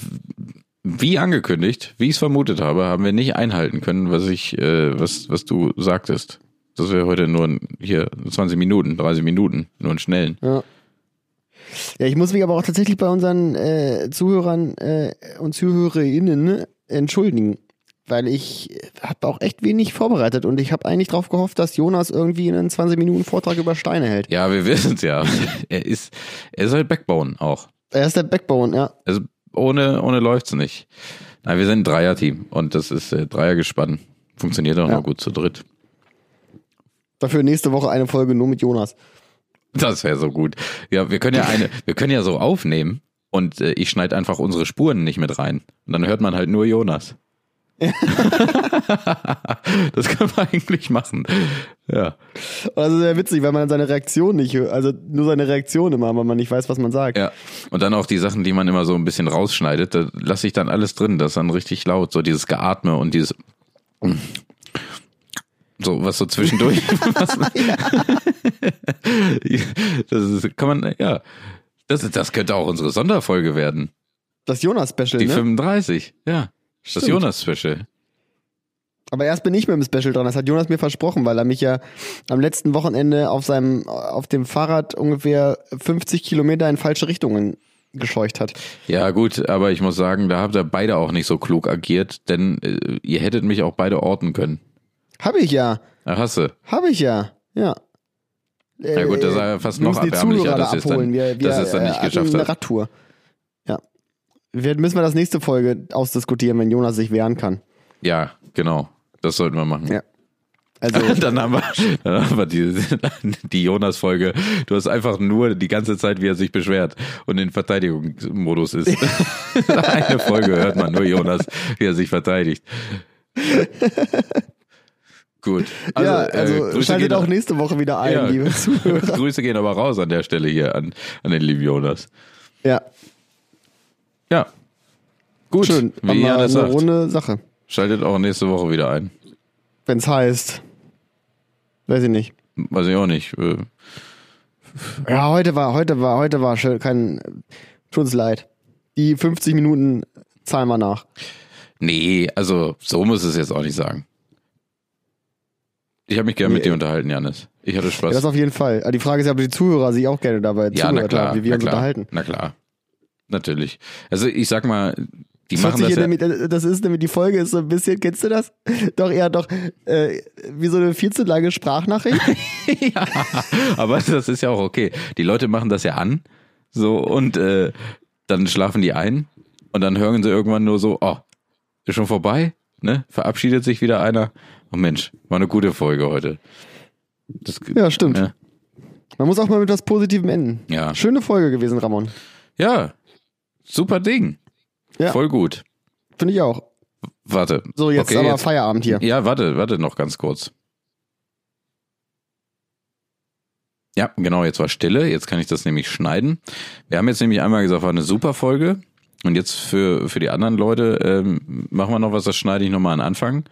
Speaker 1: wie angekündigt, wie ich es vermutet habe, haben wir nicht einhalten können, was ich, äh, was, was du sagtest. Dass wir heute nur ein- hier 20 Minuten, 30 Minuten, nur einen schnellen.
Speaker 2: Ja. Ja, ich muss mich aber auch tatsächlich bei unseren äh, Zuhörern äh, und ZuhörerInnen ne, entschuldigen, weil ich habe auch echt wenig vorbereitet und ich habe eigentlich darauf gehofft, dass Jonas irgendwie einen 20-Minuten-Vortrag über Steine hält.
Speaker 1: Ja, wir wissen es ja. Er ist, er ist halt Backbone auch.
Speaker 2: Er ist der Backbone, ja.
Speaker 1: Also ohne, ohne läuft's nicht. Nein, wir sind ein Dreier-Team und das ist äh, Dreiergespann. Funktioniert auch
Speaker 2: Ja.
Speaker 1: noch gut zu dritt.
Speaker 2: Dafür nächste Woche eine Folge nur mit Jonas.
Speaker 1: Das wäre so gut. Ja, wir können ja eine, wir können ja so aufnehmen und äh, ich schneide einfach unsere Spuren nicht mit rein. Und dann hört man halt nur Jonas. das können wir eigentlich machen. Ja.
Speaker 2: Also sehr witzig, weil man seine Reaktion nicht hört. Also nur seine Reaktion immer, weil man nicht weiß, was man sagt.
Speaker 1: Ja. Und dann auch die Sachen, die man immer so ein bisschen rausschneidet, da lasse ich dann alles drin. Das ist dann richtig laut. So dieses Geatme und dieses. So, was so zwischendurch. was, das ist, kann man, ja. Das, das könnte auch unsere Sonderfolge werden.
Speaker 2: Das Jonas-Special,
Speaker 1: Die
Speaker 2: ne?
Speaker 1: 35, ja. Das
Speaker 2: Stimmt.
Speaker 1: Jonas-Special.
Speaker 2: Aber erst bin ich mit dem Special dran. Das hat Jonas mir versprochen, weil er mich ja am letzten Wochenende auf seinem, auf dem Fahrrad ungefähr 50 Kilometer in falsche Richtungen gescheucht hat.
Speaker 1: Ja, gut, aber ich muss sagen, da habt ihr beide auch nicht so klug agiert, denn äh, ihr hättet mich auch beide orten können.
Speaker 2: Habe ich ja.
Speaker 1: Ach, hasse.
Speaker 2: Habe ich ja. Ja.
Speaker 1: Ja gut, das ist ja fast noch erbärmlicher, dass ihr es dann, dass ihr es dann nicht geschafft
Speaker 2: äh, eine
Speaker 1: habt.
Speaker 2: Radtour. Ja. Wir, müssen wir das nächste Folge ausdiskutieren, wenn Jonas sich wehren kann.
Speaker 1: Ja, genau. Das sollten wir machen.
Speaker 2: Ja. Also,
Speaker 1: Dann haben wir, dann haben wir die, die Jonas-Folge. Du hast einfach nur die ganze Zeit, wie er sich beschwert und in Verteidigungsmodus ist. Eine Folge hört man nur Jonas, wie er sich verteidigt. Gut.
Speaker 2: ja, also
Speaker 1: äh, Grüße
Speaker 2: schaltet
Speaker 1: gehen-
Speaker 2: auch nächste Woche wieder ein,
Speaker 1: Ja.
Speaker 2: liebe Zuhörer.
Speaker 1: Grüße gehen aber raus an der Stelle hier an, an den lieben Jonas.
Speaker 2: Ja,
Speaker 1: Ja. Gut.
Speaker 2: schön.
Speaker 1: Wie
Speaker 2: Aber
Speaker 1: Jonas
Speaker 2: eine
Speaker 1: sagt,
Speaker 2: runde Sache.
Speaker 1: schaltet auch nächste Woche wieder ein.
Speaker 2: Wenn es heißt, weiß ich nicht.
Speaker 1: Weiß ich auch nicht. äh,
Speaker 2: Ja, heute war, heute war, heute war schön, kein, tut uns leid. Die 50 Minuten zahlen wir nach.
Speaker 1: Nee, also so muss es jetzt auch nicht sagen. Ich habe mich gern mit dir unterhalten, Janis. Ich hatte Spaß.
Speaker 2: Ja, das auf jeden Fall. Aber die Frage ist ja, ob die Zuhörer sich auch gerne dabei
Speaker 1: Ja, na
Speaker 2: zugehört
Speaker 1: klar.
Speaker 2: haben, wie wir
Speaker 1: na
Speaker 2: uns
Speaker 1: klar,
Speaker 2: unterhalten.
Speaker 1: Na klar. Natürlich. Also ich sag mal, die
Speaker 2: Das, hört
Speaker 1: machen
Speaker 2: sich
Speaker 1: das ja.
Speaker 2: hier nämlich, äh, das ist nämlich die Folge ist so ein bisschen, kennst du das? Doch, ja, doch, äh, wie so eine viel zu lange Sprachnachricht.
Speaker 1: Aber das ist ja auch okay. Die Leute machen das ja an. So und äh, dann schlafen die ein und dann hören sie irgendwann nur so, oh, ist schon vorbei, ne? Verabschiedet sich wieder einer. Oh Mensch, war eine gute Folge heute. Das,
Speaker 2: Ja, stimmt.
Speaker 1: Ja.
Speaker 2: Man muss auch mal mit was Positivem enden.
Speaker 1: Ja.
Speaker 2: Schöne Folge gewesen, Ramon.
Speaker 1: ja, super Ding.
Speaker 2: Ja.
Speaker 1: Voll gut.
Speaker 2: Finde ich auch.
Speaker 1: Warte.
Speaker 2: So, jetzt
Speaker 1: okay,
Speaker 2: aber
Speaker 1: jetzt-
Speaker 2: Feierabend hier.
Speaker 1: Ja, warte, warte noch ganz kurz. Ja, genau, jetzt war Stille. Jetzt kann ich das nämlich schneiden. Wir haben jetzt nämlich einmal gesagt, war eine super Folge. Und jetzt für, für die anderen Leute ähm, machen wir noch was, das schneide ich nochmal an Anfang.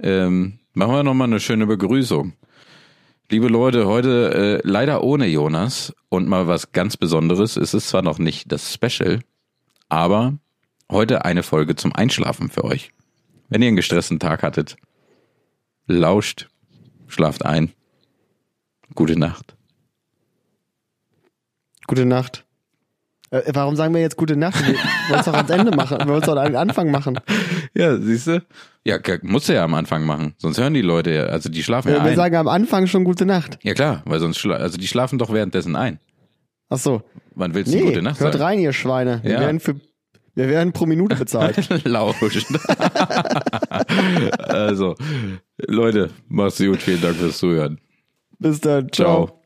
Speaker 1: Ähm, machen wir nochmal eine schöne Begrüßung. Liebe Leute, heute äh, leider ohne Jonas und mal was ganz Besonderes. Es ist zwar noch nicht das Special, aber heute eine Folge zum Einschlafen für euch. Wenn ihr einen gestressten Tag hattet, lauscht, schlaft ein. Gute Nacht.
Speaker 2: Gute Nacht. Äh, warum sagen wir jetzt gute Nacht? Wir wollen es doch ans Ende machen. Wir wollen es doch an den Anfang machen.
Speaker 1: Ja, siehst du? Ja, k- musst du ja am Anfang machen. Sonst hören die Leute ja, also die schlafen
Speaker 2: Äh,
Speaker 1: ja,
Speaker 2: wir
Speaker 1: ein.
Speaker 2: sagen am Anfang schon gute Nacht.
Speaker 1: ja klar, weil sonst schla also die schlafen doch währenddessen ein.
Speaker 2: Ach so.
Speaker 1: Wann willst du
Speaker 2: Nee,
Speaker 1: gute Nacht
Speaker 2: hört
Speaker 1: sagen?
Speaker 2: rein, ihr Schweine. Wir,
Speaker 1: Ja.
Speaker 2: werden für, wir werden pro Minute bezahlt.
Speaker 1: Lauscht. also, Leute, macht's gut. Vielen Dank fürs Zuhören.
Speaker 2: Bis dann. Ciao.
Speaker 1: Ciao.